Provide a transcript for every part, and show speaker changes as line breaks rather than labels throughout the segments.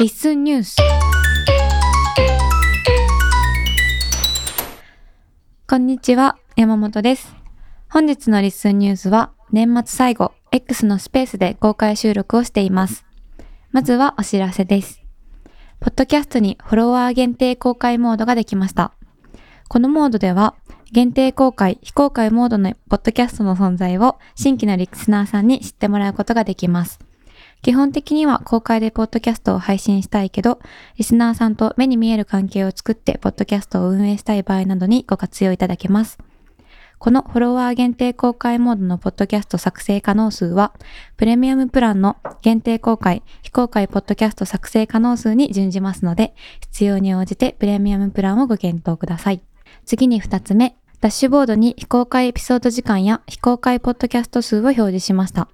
リッスンニュースこんにちは山本です本日のリッスンニュースは年末最後 X のスペースで公開収録をしていますまずはお知らせですポッドキャストにフォロワー限定公開モードができましたこのモードでは限定公開、非公開モードのポッドキャストの存在を新規のリスナーさんに知ってもらうことができます。基本的には公開でポッドキャストを配信したいけど、リスナーさんと目に見える関係を作ってポッドキャストを運営したい場合などにご活用いただけます。このフォロワー限定公開モードのポッドキャスト作成可能数は、プレミアムプランの限定公開、非公開ポッドキャスト作成可能数に準じますので、必要に応じてプレミアムプランをご検討ください。次に2つ目、ダッシュボードに非公開エピソード時間や非公開ポッドキャスト数を表示しました。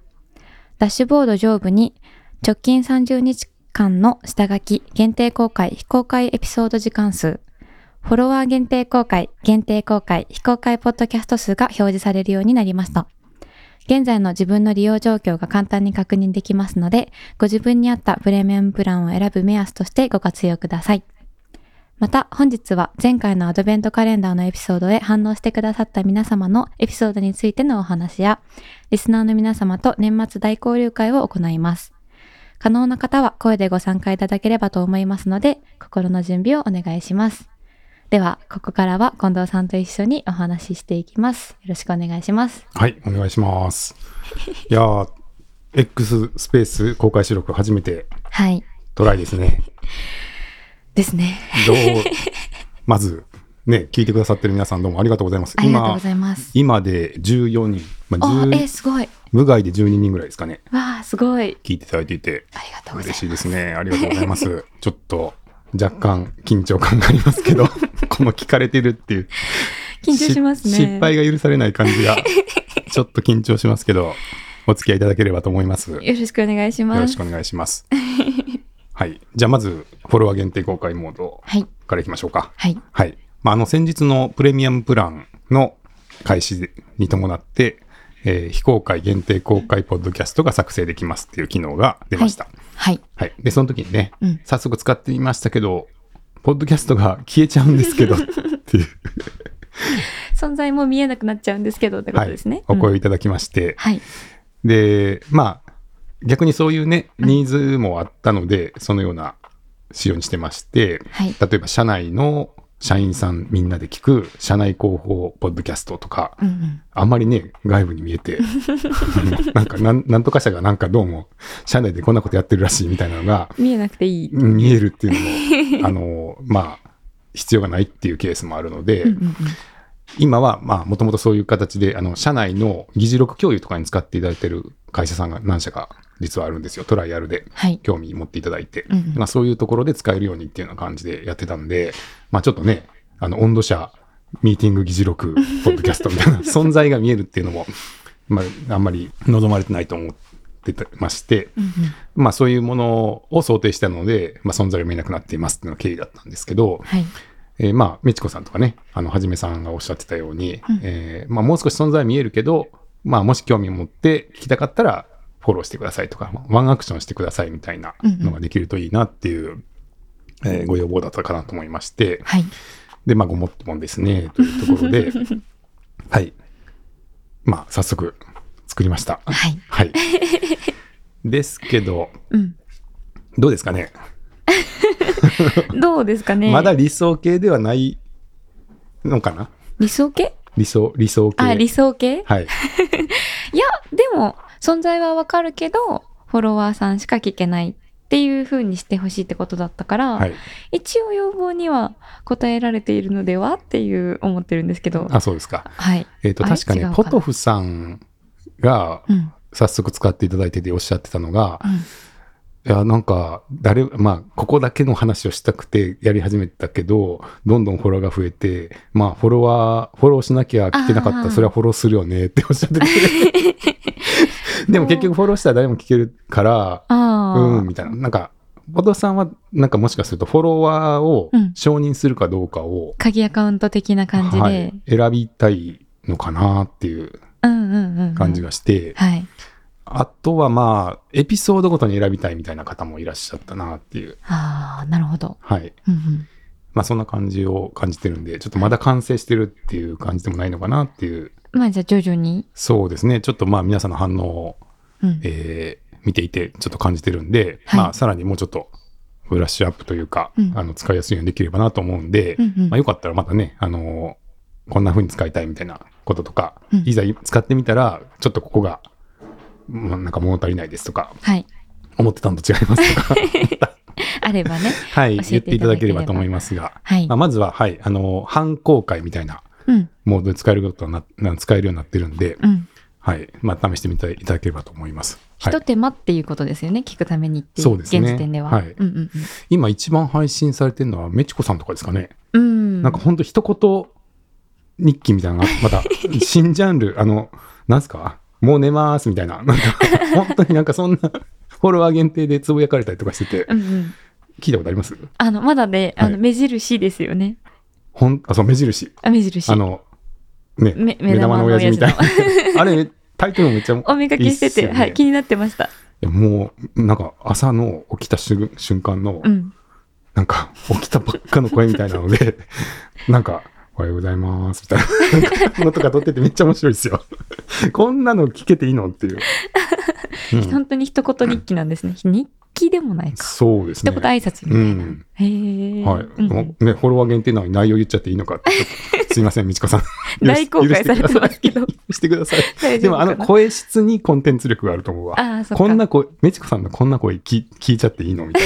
ダッシュボード上部に直近30日間の下書き、限定公開、非公開エピソード時間数、フォロワー限定公開、限定公開、非公開ポッドキャスト数が表示されるようになりました。現在の自分の利用状況が簡単に確認できますので、ご自分に合ったプレミアムプランを選ぶ目安としてご活用ください。また本日は前回のアドベントカレンダーのエピソードへ反応してくださった皆様のエピソードについてのお話や、リスナーの皆様と年末大交流会を行います。可能な方は声でご参加いただければと思いますので、心の準備をお願いします。では、ここからは近藤さんと一緒にお話ししていきます。よろしくお願いします。
はい、お願いします。いやー、X スペース公開収録初めて
はい。
トライです ね。
ですね。
どう、まず、ね、聞いてくださってる皆さんどうもありがとうございます。
ありがとうございます。
今で14人、まあ、
あ、え、
10
すごい。
無害で12人ぐらいですかね、
わあ、すごい。
聞いていただいていて、
ありがとうございま
嬉
す。
しいですね。ありがとうございます。ちょっと、若干緊張感がありま すけど、この聞かれてるっていう。
緊張しますね。
失敗が許されない感じが、ちょっと緊張しますけど、お付き合いいただければと思います。
よろしくお願いし
よ
ま
ろ
す
しく。お願いします。はい。じゃあまず、フォロワー限定公開モード
はい。
からいきましょうか。
はい。
はい。まあ、あの、先日のプレミアムプランの開始に伴って、えー非公開限定公開ポッドキャストが作成できますっていう機能が出ました。はい。
はい。
で、その時にね、
うん
早速使ってみましたけど、ポッドキャストが消えちゃうんですけどっ ていう、
存在も見えなくなっちゃうんですけどってこと
はい
ですね。
お声
うん
をいただきまして、
はい。
で、まあ、逆にそういうね、ニーズもあったので、そのような仕様にしてまして、
はい
例えば社内の社員さんみんなで聞く社内広報ポッドキャストとか、
うんうん。
あんまりね、外部に見えて、 なんかなん、なんとか社がなんかどうも、社内でこんなことやってるらしいみたいなのが、
見えなくていい。
うん見えるっていうのも、あの、まあ、必要がないっていうケースもあるので、
うんうんうん
今は、まあ、もともとそういう形で、あの、社内の議事録共有とかに使っていただいてる会社さんが何社か実はあるんですよ。トライアルで
はい。
興味持っていただいて。
うんうん
まあ、そういうところで使えるようにっていうような感じでやってたんで、まあ、ちょっとね、あの、温度差、ミーティング議事録、ポッドキャストみた いな存在が見えるっていうのも、まあ、あんまり望まれてないと思ってたまして、
うんうん
まあ、そういうものを想定したので、まあ、存在が見えなくなっていますっていうのが経緯だったんですけど、
はい。
えーまあ、美智子さんとかね、あの、はじめさんがおっしゃってたように、
うん
えーまあ、もう少し存在は見えるけど、まあ、もし興味を持って聞きたかったら、フォローしてくださいとか、まあワンアクションしてくださいみたいなのができるといいなっていう、えーご要望だったかなと思いまして、
はい。
で、まあ、ごもっともですね、というとこ ろで、はい。まあ、早速、作り ました。
はい。
はい。ですけど、
うん。
どうですかね
どうですかね。
まだ理想形ではないのかな
理想系
理想、理想形。
あ、理想系
はい。
いや、でも、存在はわかるけど、フォロワーさんしか聞けないっていう風にしてほしいってことだったから、
はい。
一応要望には応えられているのではっていう思ってるんですけど。
あ、そうですか。
はい。
えっ、と、
あれ
確か
違うか
ね
な、
ポトフさんが
うん。
早速使っていただいてておっしゃってたのが
う、ん
いや、なんか、誰、まあ、ここだけの話をしたくてやり始めてたけど、どんどんフォロワーが増えて、まあ、フォロワー、フォローしなきゃ聞けなかっ
あー
た、それはフォローするよねっておっしゃってて。 でも結局フォローしたら誰も聞けるから、
ああ。
うん、みたいな。なんか、ポトフさんは、なんかもしかするとフォロワーを
うん
承認するかどうかを、
鍵アカウント的な感じで。
はい、選びたいのかなっていう
うんうんうんうん。
感じがして、
はい。
あとはまあ、エピソードごとに選びたいみたいな方もいらっしゃったなっていう。
ああ、なるほど。
はい。
うんうん
まあそんな感じを感じてるんで、ちょっとまだ完成してるっていう感じでもないのかなっていう。
まあじゃあ徐々に。
そうですね。ちょっとまあ皆さんの反応を、
うん
えー見ていてちょっと感じてるんで、
はい
まあさらにもうちょっとブラッシュアップというか、
うん
あの使いやすいようにできればなと思うんで、
うんうん
まあよかったらまたね、あのーこんな風に使いたいみたいなこととか、
うん
いざ使ってみたら、ちょっとここが、まあなんか物足りないですとか、
はい。
思ってたのと違い ますとか、
あれば ね。
はい、
教
言
え
ってて
い
い
た
た
だ
だ
けれ
けれ
ば
ばと思いますが、
はい
ま。あ、まずは、はい、あの、反公開みたいな
うん。
モードで使えることにな、な使えるようになってるんで、
うん。
はい、まあ、試してみていただければと思います。
ひ
は
と
い、
手間っていうことですよね。聞くためにっていう。
そうですね
現時点では。
はい
うんうん
今一番配信されてるのは、メチコさんとかですかね。
うん。うん。
なんか、ほんと一言日記みたいなのが、 また、新ジャンル、あの、なんすかもう寝まーすみたいな、なんか、本当になんかそんな、フォロワー限定でつぶやかれたりとかしてて
う、んうん。
聞いたことあります
あの、まだね、あの、
はい
目印ですよね。
ほん、あ、そう、目印。
あ、目印。
あの、ね、
め
目玉の親父みたい
目
な。あれ、タイトルもめっちゃいいっすよね、
お見かけしてて、はい、気
い
になってました。
やもう、なんか、朝の起きた瞬瞬間の、
うん。
なんか、起きたばっかの声みたいなので、 なんか、おはようございます、みたいなのとか撮っててめっちゃ面白いですよ。 こんなの聞けていいのっ ていう。うん
本当に一言日記なんですね。日記でもないか。
そうです
一
ね
言。挨拶み
う
たいな。
ん。
へえ。
はい。
うん
もうね、フォロワー限定なのに内容言っちゃっていいのかってちょっとすいません、みちこさん。
大公開されてますけど
許してください。
大
で
丈夫
も
か
あ
な
の声質にコンテンツ力があると思うわ。
ああ、そっか。
こんな声、メチコさんのこんな声聞聞いちゃっていいのみたい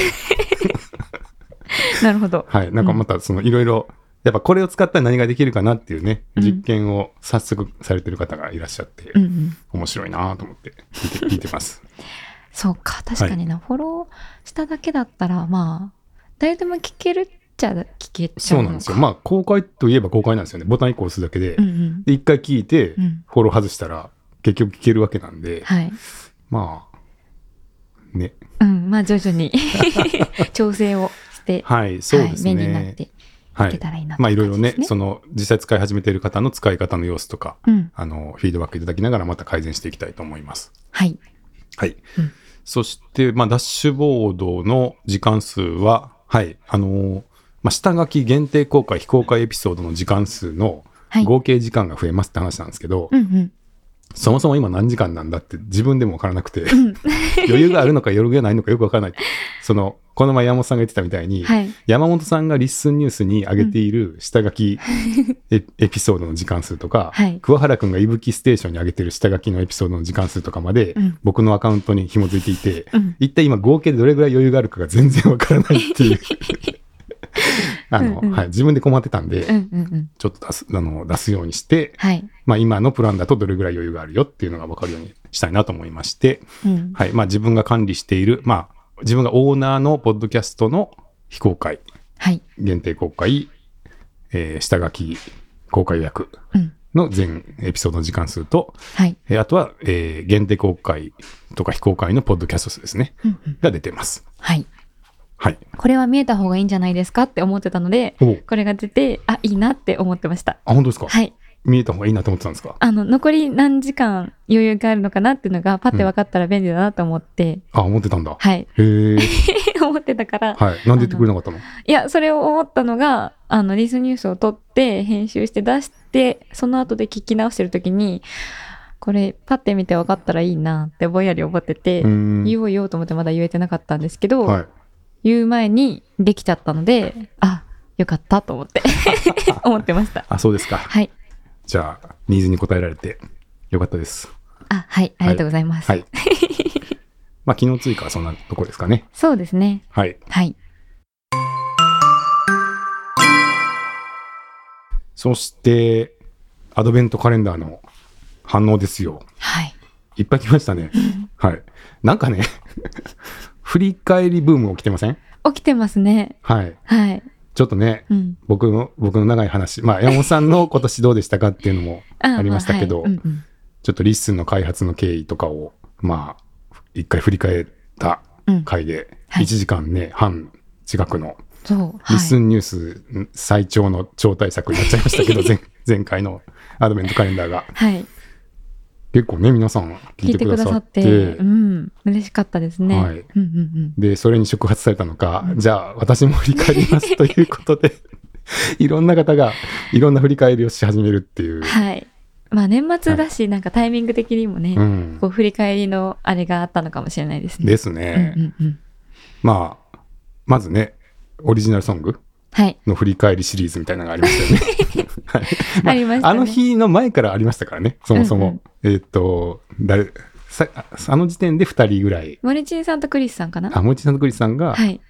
な。
なるほど。
はい。なんかまたそのいろいろ、やっぱこれを使ったら何ができるかなっていうね、
うん
実験を早速されてる方がいらっしゃって、
うんうん。
面白いなと思って聞い て聞いてます。
そうか。確かにな。フォローしただけだったら、まあ、誰でも聞けるっちゃ聞けちゃ
そうう
の
な
か。
んですよ。まあ公開といえば公開なんですよね。ボタン1個押すだけで。
うんうん。
で、1回聞いて、
うん。
フォロー外したら結局聞けるわけなんで、
はい。
まあ、ね。
うん。まあ、徐々 に調整をして、
はい、そうです
はい、便利になっ
ね
て。
はい
けたらいいなって
まあいろい
感
ろ
じです
ね
ね、
その実際使い始めている方の使い方の様子とか、
うん。
あの、フィードバックいただきながらまた改善していきたいと思います。
はい。
はい。
うん
そして、まあ、ダッシュボードの時間数は、はい、あのーまあ、下書き限定公開、非公開エピソードの時間数の
はい。
合計時間が増えますって話なんですけど、
うんうん。
そもそも今何時間なんだって自分でもわからなくて、 余裕があるのか余裕がないのかよくわからない。その、この前山本さんが言ってたみたいに、
はい。
山本さんがリッスンニュースに上げている下書きエ,、エピソードの時間数とか、
はい
桑原くんがいぶきステーションに上げてる下書きのエピソードの時間数とかまで、
うん
僕のアカウントに紐づいていて、
うん
一体今合計でどれぐらい余裕があるかが全然わからないっ ていうあの、
うんうん
はい、自分で困ってたんで、
うんうんうん。
ちょっと出すあの出すようにして、
はい。
まあ、今のプランだとどれぐらい余裕があるよっていうのが分かるようにしたいなと思いまして、
うん。
はいまあ、自分が管理している、まあ、自分がオーナーのポッドキャストの非公開
はい。
限定公開、えー下書き公開予約
うん。
の全エピソードの時間数と、
はい。
えーあとは、えー限定公開とか非公開のポッドキャスト数ですね、
うんうん。
が出てます。
はい。
はい。
これは見えた方がいいんじゃないですかって思ってたので、
お
これが出て、あ、いいなって思ってました。
あ、本当ですか、
はい。
見えた方がいいなと思ってたんですか
あの、残り何時間余裕があるのかなっていうのが、パッて分かったら便利だなと思って、
あ、思ってたんだ。
はい。
へえ。
思ってたから、
はい。なんで言ってくれなかったの
いや、それを思ったのが、あの、リスニュースを撮って、編集して出して、その後で聞き直してる時に、これ、パッて見て分かったらいいなってぼんやり思ってて、
うーん。
言おう言おうと思ってまだ言えてなかったんですけど、
はい。
言う前にできちゃったので、あ、よかったと思 って、思ってました。
あ、そうですか。
はい。
じゃあ、ニーズに応えられてよかったです。
あ、はい、ありがとうございます。
はい。まあ、機能追加はそんなとこですかね。
そうですね。
はい。
はい。
そして、アドベントカレンダーの反応ですよ。
はい。
いっぱい来ましたね。はい。なんかね、 振り返りブーム起きてません
起きてますね。
はい。
はい。
ちょっとね、
うん。
僕の、僕の長い話、まあ、山本さんの今年どうでしたかっていうのも、
あ
ありましたけど
まあはいうんうん
ちょっとリッスンの開発の経緯とかを、まあ、一回振り返った
うん
回で、
はい
1時間ね、半近くの、
そう。
リッス
はい。
ンニュース最 長の超大作になっちゃいましたけど、前前回のアドベントカレンダーが。
はい。
結構ね、皆さん聞
聞
い
い
て
て
く
く
だ
だ
さ
さ
っ、
ってて、うん、嬉しかったですね。
は
う
い
んうん
で、それに触発されたのか、じゃあ私も振り返りますということ で、いろんな方がいろんな振り返りをし始めるってい
う
う
ん。。はい。まあ年末だし、なんかタイミング的にもね、
うん
こう振り返りのあれがあったのかもしれないですね。
です
うん
ね。
うんうん。
まあ、まずね、オリジナルソング
はい。
の振り返りシリーズみたいなのがありま したよね。はい
あ、りましたね。
あの日の前からありましたからね、そもそも。えーっ、と、誰さああの時点で2人ぐらい、
モリチンさんとクリスさんかな
あ、もう一度クリスさんが
はい。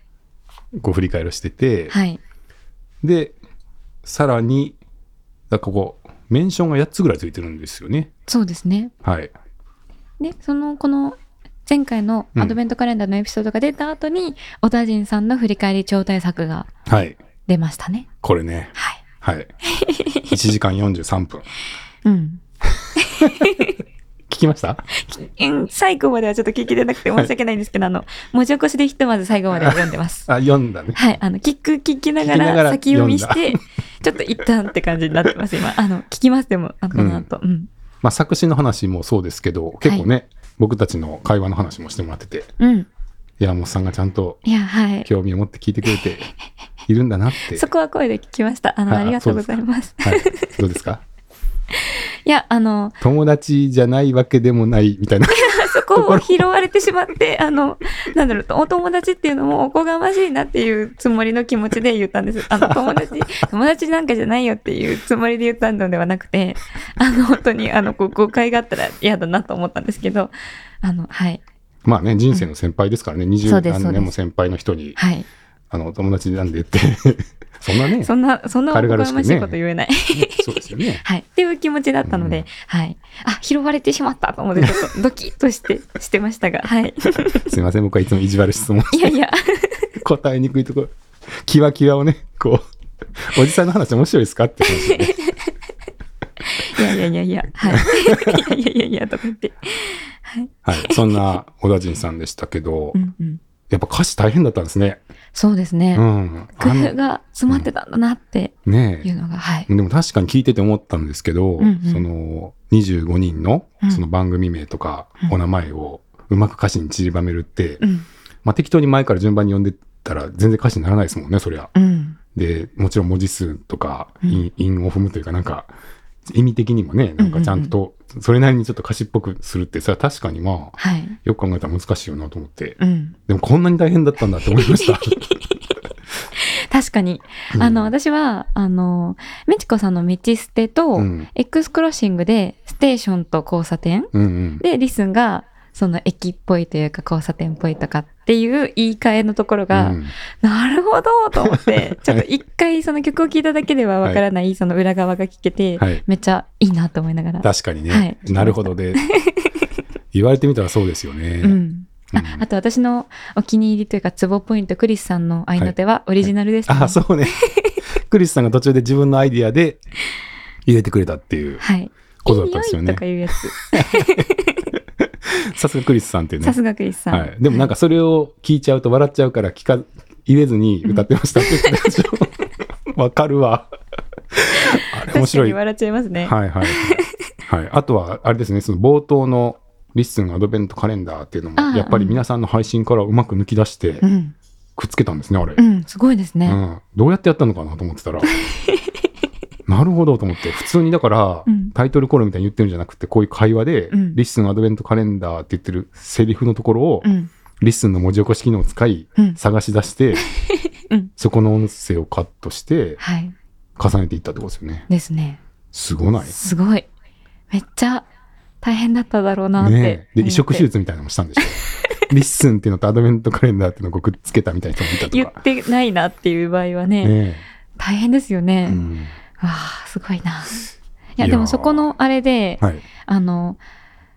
こう振り返りをしてて、
はい。
で、さらに、だからここ、メンションが8つぐらいついてるんですよね。
そうですね。
はい。
で、その、この、前回のアドベントカレンダーのエピソードが出た後に、小田陣さんの振り返り超大作が
はい。
出ましたね。
これね、
はい。
はい。1時間43分。
うん。
聞きました
うん最後まではちょっと聞きれなくて申し訳ないんですけど、あの、文字起こしでひとまず最後まで読んでます。
あ、読んだね。
はい、あの、聞く、聞きなが
聞きなが
ら
ら
先読みして、ちょっと一旦って感じになってます、今。あの、聞きます、でも、あのこの後。うん。
まあ、作詞の話もそうですけど、結構ね、僕たちの会話の話もしてもらってて、
うん。
山本さんがちゃんと
いや、はい。
興味を持って聞いてくれているんだなって。
そこは声で聞きました。あの、
あ
ありがとうございます。
はい、どうですか
いや、あの、
友達じゃないわけでもないみた いな。
そこを拾われてしまって、 あの、なんだろう、お友達っていうのもおこがましいなっていうつもりの気持ちで言ったんです。あの、友 達、友達なんかじゃないよっていうつもりで言ったのではなくて、あの、本当に、あの、こう誤解があったら嫌だなと思ったんですけど、あの、はい、
まあね、人生の先輩ですからね、
そ
20
うです
何
そうで
年
す
も先輩の人に、
はい。
あの、友達なん でって、そんなね、
そんな、そんなおこがましいこと言えない。
そうですよね。
はい。っていう気持ちだったので、
うん
はい。あ、拾われてしまったと思って、ちょっとドキッとして、してましたが、はい。
すいません、僕はいつも意地悪質問、
いやいや。
答えにくいところ、キワキワをね、こう、おじさんの話面白いですかって話 をね、
いやいやいやい や、はい。いやいやいやいや、とか言って。
はい、そんな小田陣さんでしたけど、
うんうん。
やっぱ歌詞大変だったんですね。
そうです
う
ね。
ん。
工
あ
夫
の
が詰まってたんだなって
ね
いうのが、はい。
でも確かに聞いてて思ったんですけど、
うんうん
その25人の
うん
その番組名とか
うん
お名前をうまく歌詞に散りばめるって、
うん。
まあ、適当に前から順番に読んでったら全然歌詞にならないですもんねそりゃ。
うん。
でもちろん文字数とか
うん
韻韻を踏むというかなんか意味的にもねなんかちゃんとそれなりにちょっと歌詞っぽくするってそれは確かにまあ
はい。
よく考えたら難しいよなと思って
うん。
でもこんなに大変だったんだって思い ました。
確かに。
うん
あの、私は、あの、メチコさんの道捨てと、
うん、
X クロッシングで、ステーションと交差点
うんうん
で、リスンが、その駅っぽいというか交差点っぽいとかっていう言い換えのところが、
うん
なるほどと思 って、ちょっと一回その曲を聴いただけではわからない、その裏側が聞けて、
はい
めっちゃいいなと思いながら。
確かにね、
はい
なるほ どで言われてみたらそうですよね。
うん。あ
うん
あと私のお気に入りというかツボポイントクリスさんの愛の手はオリジナルですね、
あそ うねクリスさんが途中で自分のアイディアで入れてくれたっていう
はい。
ことだったんですよ
いい匂い
ね
とかいうや つ。
さすがクリスさんっていうね
さすがクリスさん。
はい、でもなんかそれを聞いちゃうと笑っちゃうから聞か入れずに歌ってましたって言ってたでしょ わかるわあれ面
確か
白い
に
はい
笑っちゃいますね。
はいはい、はい、あとはあれですねその冒頭の「リッスンアドベントカレンダー」っていうの
あ
も
ー
やっぱり皆さんの配信からうまく抜き出して
うん。
くっつけたんですねあれ、
うん、すごいですね。
うん、どうやってやったのかなと思ってたらなるほどと思って普通にだから、
うん
タイトルコールみたいに言ってるんじゃなくてこういう会話で「
うん
リッスンアドベントカレンダー」って言ってるセリフのところを、
うん。
リッスンの文字起こし機能を使い、
うん
探し出して、
うん
そこの音声をカットして
はい。
重ねていったってことですよね
ですね。
すごない
すごい。めっちゃ大変だっただろうなって思って
ね。えで移植手術みたいなのもしたんでしょリッスンっていうのとアドベントカレンダーっていうのをこうくっつけたみたいな人もいた
言
とか
ってないなっていう場合はね、
ね
大変ですよね
え、。うん、
わあすごいな。い
い
や、
やー
でもそこのあれで、
はい
あの、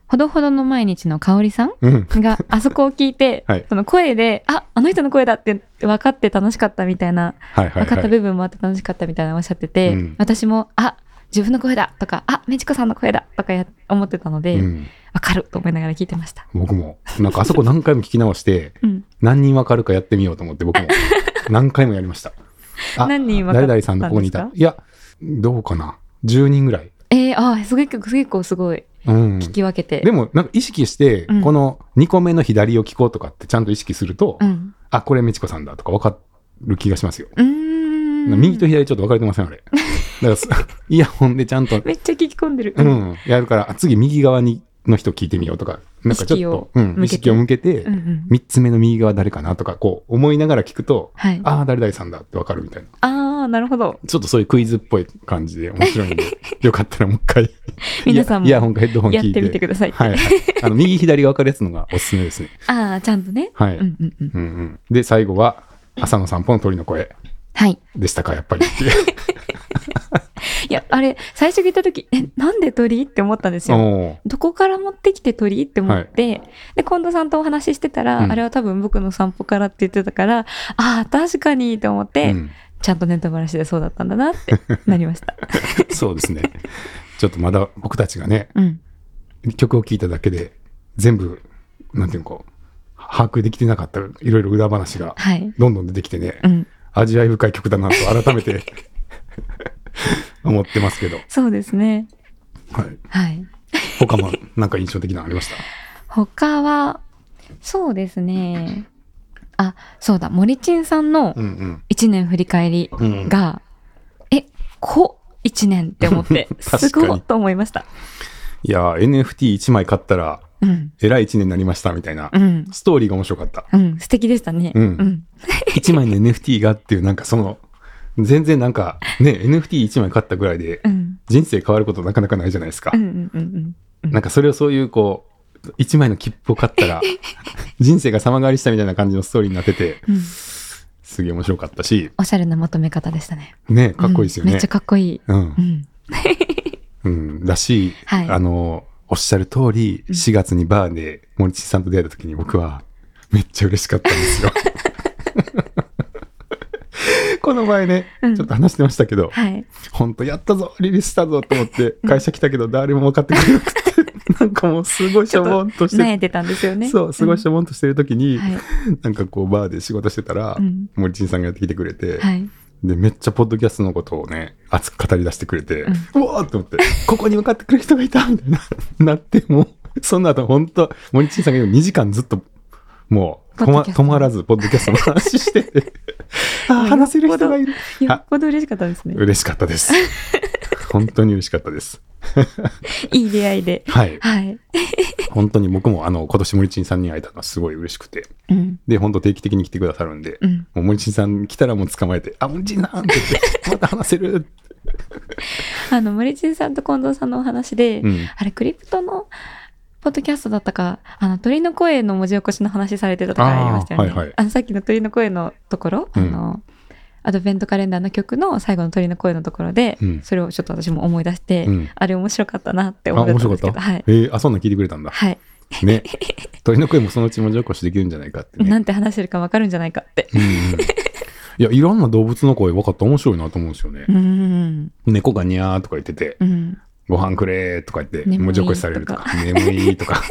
ほどほどの毎日の香りさん
うん
があそこを聞いて、
はい
その声で、あ、あの人の声だって分かって楽しかったみたいな、
はいはい
分かっ
は
た
い
部分もあって楽しかったみたいなおっしゃってて、
うん
私も、あ、自分の声だとか、あ、メチコさんの声だとかや思ってたので、
う
分
ん
かると思いながら聞いてました。
僕もなんかあそこ何回も聞き直して
うん。
何人わかるかやってみようと思って 僕も何回もやりました。あ
何人わかっ
誰
たんですか
々さんのここにいた。いや、どうかな。10人ぐらい。
えー、あー、すごい、すごい、すごい。
うん
聞き分けて。
でも、なんか意識して、
うん
この2個目の左を聞こうとかってちゃんと意識すると、
うん。
あ、これ美智子さんだとか分かる気がしますよ。
うーん。
右と左ちょっと分かれてません、あれ。だか らそ、イヤホンでちゃんと、
めっちゃ聞き込んでる。
う。ん、やるから、あ次右側にの人聞いてみようとか、なんかちょっと、
意識を
う
向けて
ん、意識を向けて
うんう、ん。
3つ目の右側誰かなとか、こう思いながら聞くと、
はい。あ
ああ、誰々さんだって分かるみたいな。
あー、なるほど。
ちょっとそういうクイズっぽい感じで面 白いんで、よかったらもう一回、
皆さんも
イヤイヤホンかヘッドホン
やっ
聞い
てみて
て。
ください。
はい、はい。あの、右左が分かるやつのがおすすめですね。
ああ、ちゃんとね。
はい。
うんうんうん。
うんうん、で最後は朝の散歩の鳥の声
はい。
でしたかやっ ぱりっていう
いや、あれ、最初聞いたとき、え、なんで鳥って思ったんですよ。
おー
どこから持ってきて鳥って思って、で、近藤さんとお話ししてたら、
うん
あれは多分僕の散歩からって言ってたから、ああ、確かにと思って、
うん
ちゃんとネタバラシでそうだったんだな ってなりました。
そうですねちょっとまだ僕たちがね
うん。
曲を聴いただけで全部なんていうのか把握できてなかったいろいろ裏話が
はい。
どんどん出てきてね
うん。
味わい深い曲だなと改めて 思ってますけど、
そうですね。
はい、
はい。
他もなんか印象的なのありまし
他は、そうですね。あ、そうだ、森珍さんの
たうん
1年振り返り
うんうん
が、え、こ、1年って思って、
確かに
すごいと思いました。
いや NFT1 枚買ったら
うん。
えらい1年になりましたみたいな
うん。
ストーリーが面白かった
うん。素敵でしたね。
うん
うん
1枚の NFT がっていう、なんかその、全然なんか、ね、NFT1 枚買ったぐらいで
う、ん。
人生変わることなかなかないじゃないですか
うん。うんうんうん。
なんかそれをそういう、こう、1枚の切符を買ったら、人生が様変わりしたみたいな感じのストーリーになってて、
うん
すげえ面白かったし、
おしゃれなまとめ方でしたね。
ね、かっこいいですよ
うんめ
ね
っちゃ。かっこいい。
うん
う。ん。
うん。だし、
はい
あの、おっしゃる通り、
うん
4月にバーで森地さんと出会った時に僕は、めっちゃ嬉しかったんで すよ。この前ね、
うん
ちょっと話してましたけど、
はい。
本当やったぞリリースしたぞと思って会社来たけど誰も分かってくれな くてなんかもうすごいしょぼんとして
慣れてたんですよね。
そうすごいしょぼんとしてる時
う
に、
んはい。
なんかこうバーで仕事してたら、
うん
森珍さんがやってきてくれて、
はい。
でめっちゃポッドキャストのことをね熱く語り出してくれて、
う
うわーっと思ってここに向かってくれる人がいたみたいな なってもうその後本当森珍さんが2時間ずっともう止ま
ポッドキャスト
止まらずポッドキャストの話して てあー話せる人がいる
よっぽど嬉しかったですね。
嬉しかったです。本当に嬉しかったです。
いい出会いで。
はい。
はい。
本当に僕もあの今年森珍さんに会えたのはすごい嬉しくて。
うん。
で、本当定期的に来てくださるんで、
うん。
もう森珍さん来たらもう捕まえて、あ、森珍さんって言って、 また話せる。
あの、森珍さんと近藤さんのお話で、
うん。
あれ、クリプトの、ポッドキャストだったか、あの、鳥の声の文字起こしの話されてたとかありましたよね。
あーはいはい
あの、さっきの鳥の声のところ、
うん
あの、アドベントカレンダーの曲の最後の鳥の声のところで、
うん
それをちょっと私も思い出して、
うん
あれ面白かったなって
あ、
思っ
面
たんで
白
すけ
かっ
ど、
た。
はい。
えーあ、そんなん聞いてく れたんだ。
はい。
ね。鳥の声もそのうち文字起こしできるんじゃないかってね。
なんて話してるかわかるんじゃないかって。
うんうん。いや、いろんな動物の声分かった。面白いなと思うんですよね
う。ん。
猫がにゃーとか言ってて、
うん。
ご飯くれーとか言って、
眠い
文字起こしされるとか、眠いとか。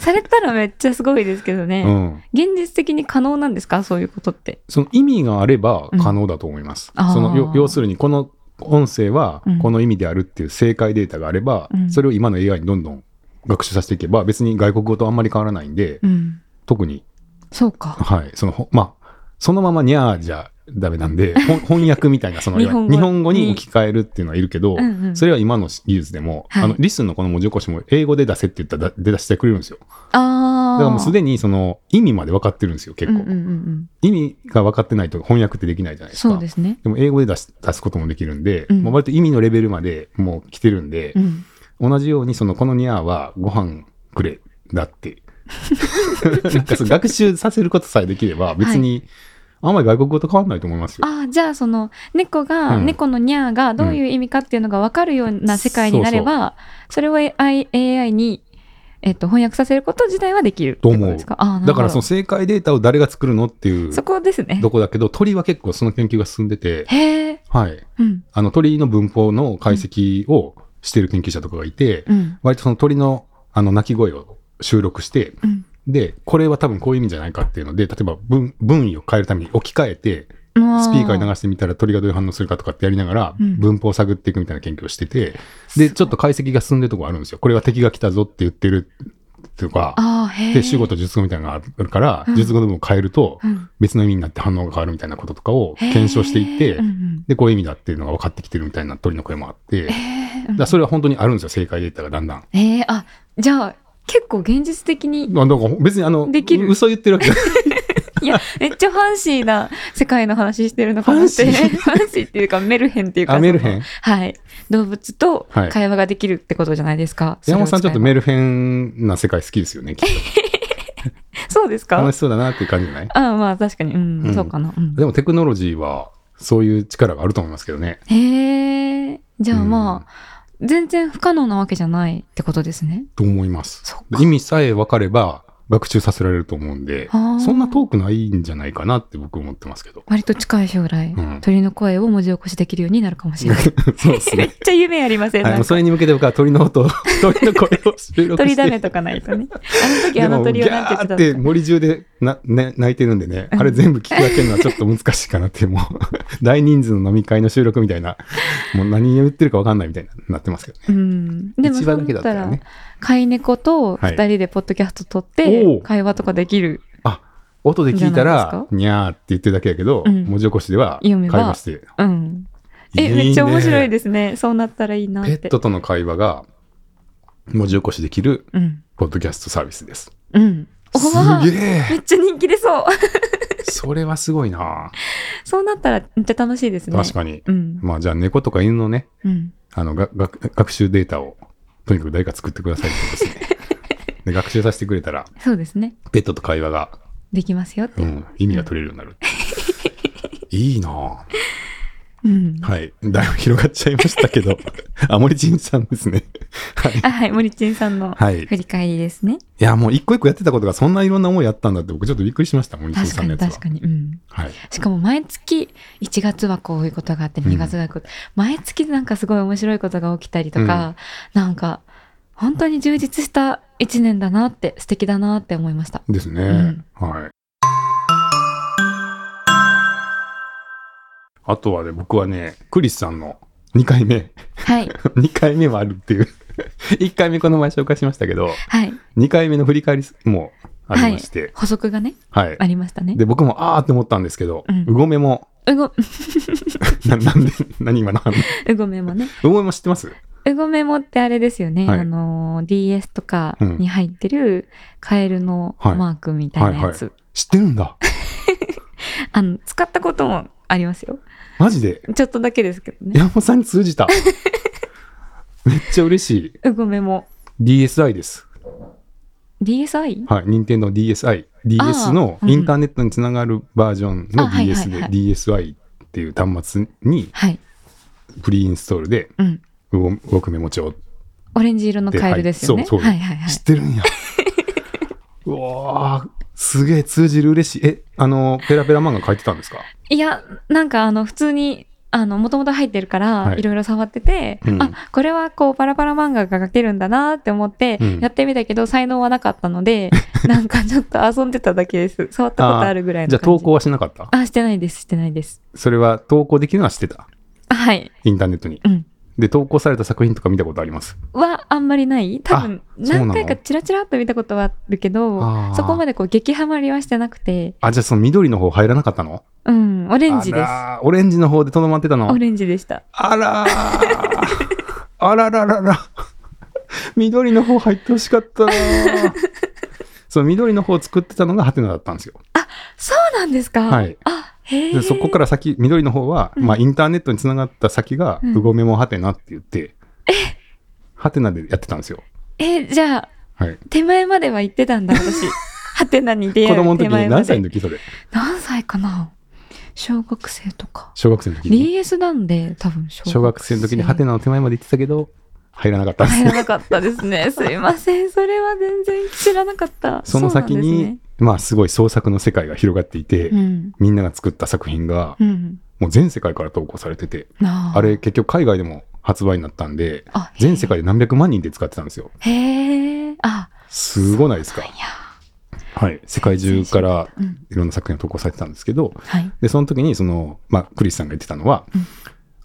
されたらめっちゃすごいですけど ね。
うん。
現実的に可能なんですかそういうことって。
その意味があれば可能だと思います。
うんあー
そのよ要するにこの音声は
うん
この意味であるっていう正解データがあれば、
うん
それを今の AI にどんどん学習させていけば別に外国語とあんまり変わらないんで、
うん。
特に、
そうか。
はい、そのほまあそのままにゃーじゃダメなんでほん翻訳みたいなその
日本語
日本語に置き換えるっていうのはいるけど、
うんうん
それは今の技術でも、
はい
あのリスンのこの文字起こしも英語で出せって言ったらだ出だしてくれるんですよ
ああ。
だからもうすでにその意味まで分かってるんですよ結
うん
構、
うんうんうん。
意味が分かってないと翻訳ってできないじゃないですか
そうですね。
でも英語で出す出すこともできるんで、
うん
もう割と意味のレベルまでもう来てるんで
う、ん。
同じようにそのこのニャーはご飯くれだって。 なんかそう学習させることさえできれば別にあんまり外国語と変わんないと思いますよ。
ああ、じゃあその猫が、
うん
猫のニャーがどういう意味かっていうのが分かるような世界になれば、それを AI, AI に、えっと、翻訳させること自体はできるって
と
こ
思う
とですかああ、なるほど。
だからその正解データを誰が作るのっていう
そこですね
ど。こだけど鳥は結構その研究が進んでて、
へえ。
はい、
うん。
あの鳥の文法の解析をしてる研究者とかがいて、
うん。
割とその鳥のあの鳴き声を収録して、
うん。
で、これは多分こういう意味じゃないかっていうので、例えば文文意を変えるために置き換えて、スピーカーに流
し
してみたら鳥がどういう反応するかとかってやりながら
うん
文法を探っていくみたいな研究をしてて、で、ちょっと解析が進んでるとこがあるんですよ。これは敵が来たぞって言ってるとか、
ああ、へえ。
で、主語と述語みたいなのがあるから
う、ん
述語の部分を変えると
うん
別の意味になって反応が変わるみたいなこととかを
へえ
検証していって
うんう、ん
で、こういう意味だっていうのが分かってきてるみたいな鳥の声もあって、だか
へえうん
らそれは本当にあるんですよ、正解データがだんだん。
へえ、あ、じゃあ、結構現実的に、
まあ、だから別にあの、
できる
嘘言ってるわけじゃない。
いや、めっちゃファンシーな世界の話してるのかなって。
ファンシー
ファンシーっていうか、メルヘンっていうか。
あ、メルヘン
そのはい。動物と
はい
会話ができるってことじゃないですか。
山本さんちょっと
メ
メルヘンな世界好きですよね、きっ
そうです か
と。楽しそうだなっていう感じじゃない
あまあ確かに、うん、
うん
そうかな。うん
でもテクノロジーはそういう力があると思いますけどね。
へえ、じゃあ
うん
まあ、全然不可能なわけじゃないってことですね。
と思います。
そっ
意味さえ分かれば学習させられると思うんで、
あー。
そんな遠くないんじゃないかなって僕思ってますけど
割と近い将来、
うん
鳥の声を文字起こしできるようになるかもしれない。
そうです
めっ
ね。
ちゃ夢ありません、
はい、
な
も
ん
うそ
か
れに向けて僕は鳥の音を、 鳥の声を収録して。
鳥ダメとかないとね。あの時
で
あの
も
鳥は
ギャ
なんて言って
ー
た
っ
んで
て
すか
森中でな、ね、泣いてるんでね、あれ全部聞き分けるのはちょっと難しいかなって、もう、 大人数の飲み会の収録みたいな、もう何言ってるか分かんないみたいになってますけどね。
うん、でも
一
そ
番
う
だけ
だ
だ
っ
った
た
ら
ら
ね。
飼い猫と
はい
二人でポッドキャスト撮っ
お
て
う
会話とかできる、
あ、音で聞い
じゃな
た
いで
ら
す、
にゃーって言ってるだけやけど、
うん
文字起こしでは
読め
会
ば
話して。
うんえ
いいね
めっちゃ面白いですねそうなったらいいなっ
ペ
て
ットとの会話が文字起こしできる
うん
ポッドキャストサービスです。
うんお
す
ー
げ
め
え
っちゃ人気でそう
それはすごいな、
そうなったらめっちゃ楽しいですね
確かに。
うん
まあじゃあ猫とか犬のね、
うん
あのがが学習データをとにかく誰か作ってくださいってことですね。 で学習させてくれたら、
そうですね
ペットと会話が、
できますよって
う
いう、
ん、意味が取れるようになる。 いいな
うん
あはい。だいぶ広がっちゃいました けど。あ、森仁さんですね。はい。
あ はい森ちんさんの
はい
振り返りですね、
いや、もう一個一個やってたことがそんないろんな思いやったんだって僕ちょっとびっくりしました、森進
確
さ
か
んの
に
やつは。
確かにうん
はい。
しかも毎月1月はこういうことがあって2月がこう、毎月なんかすごい面白いことが起きたりとか、なんか本当に充実した1年だなって素敵だなって思いました。
ですね。
うん
はい。あとはね、僕はね、クリスさんの2回目、
はい。
2回目もあるっていう。1回目この前紹介しましたけど、
はい。
2回目の振り返りもありまして、
補足がね、
はい。
ありましたね
で、。僕もあーって思ったんですけど、
うん
うごめも、
うご、
ななんで、何今の反応
うごめもね。
うごめも知ってます
うごめもってあれですよね。
はい
あのー、DS とかに入ってるカエルの
はい
マークみたいなやつ。
知ってるんだ。
あの、使ったこともありますよ。
マ ジで。
ちょっとだけですけどね。
山本さんに 通じた。めっちゃ嬉しい。
うごめも。
DSI です。
DSI?
はい。任天堂 DSI。DS の
うん
インターネットにつながるバージョン
あ
の
はいはい
DS
は
で、
い
DSI っていう端末に
はい。
プリインストールで、
うん。
ウォウォークメモ帳、
オレンジ色のカエルですよね。
ではいそうそう
はいはいはい。
知ってる んや。うわー、すげえ通じる嬉しい。え、あの、ペラペラ漫画書いてたんですか
いや、なんかあの、普通に、あの、もともと入ってるから、
はい
い、ろいろ触ってて、
うん
あ、これはこう、パラパラ漫画が描けるんだなって思って
うん、
やってみたけど、才能はなかったの で、なんかちょっと遊んでただけです。触ったことあるぐらいの
じゃ
感
あ
じ。
投稿はしなかった
あ、してないです、してないです。
それは投稿できるのは知ってた。
あはい。
インターネットに。
うん。
で、投稿された作品とか見たことあります。
は、あんまりない多分、
あそうなの
何回かチラチラっと見たことはあるけ
あ
ど
ー、
そこまでこう、激ハマりはしてなくて、
あ、じゃあその緑の方入らなかったの
うん、オレンジです。
あらーオレンジの方でとどまってたの
オレンジでした。
あらー あらららら。緑の方入ってほしかったなーその緑の方を作ってたのがハテナだったんですよ。
そうなんですか
はい。
あ、へえ。
でそこから先、緑の方は、
うん
まあインターネットにつながった先が、
うん
うごめもハテナって言って、ハテナでやってたんですよ。
え、じゃあ、
はい。
手前までは行ってたんだ、 私。ハテナに出
子
会
供
う
の時
手前
に
ま
何歳
で。
の時それ
何歳かな小学生とか。
小学生の時に。
DS なんで、多分小
小学生の時にハテ
ナ。
ナの手前まで行ってたけど、入らなかったんです
入
ね
らなかったですね。 すいません。それは全然知らなかった。
その先
う
に、
なん
まあすごい創作の世界が広がっていて、
ですね。
みんなが作った作品が、
うん。うん。
もう全世界から投稿されてて、
な
あれ、結局海外でも発売になったんで、
あへえ
全世界で何百万人で使ってたんですよ。
へえ。あ、
すごないですか
いや。
はい、世界中からいろんな作品を投稿されてたんですけど、
はい。
で、その時に、その、まあ、クリスさんが言ってたのは、
うん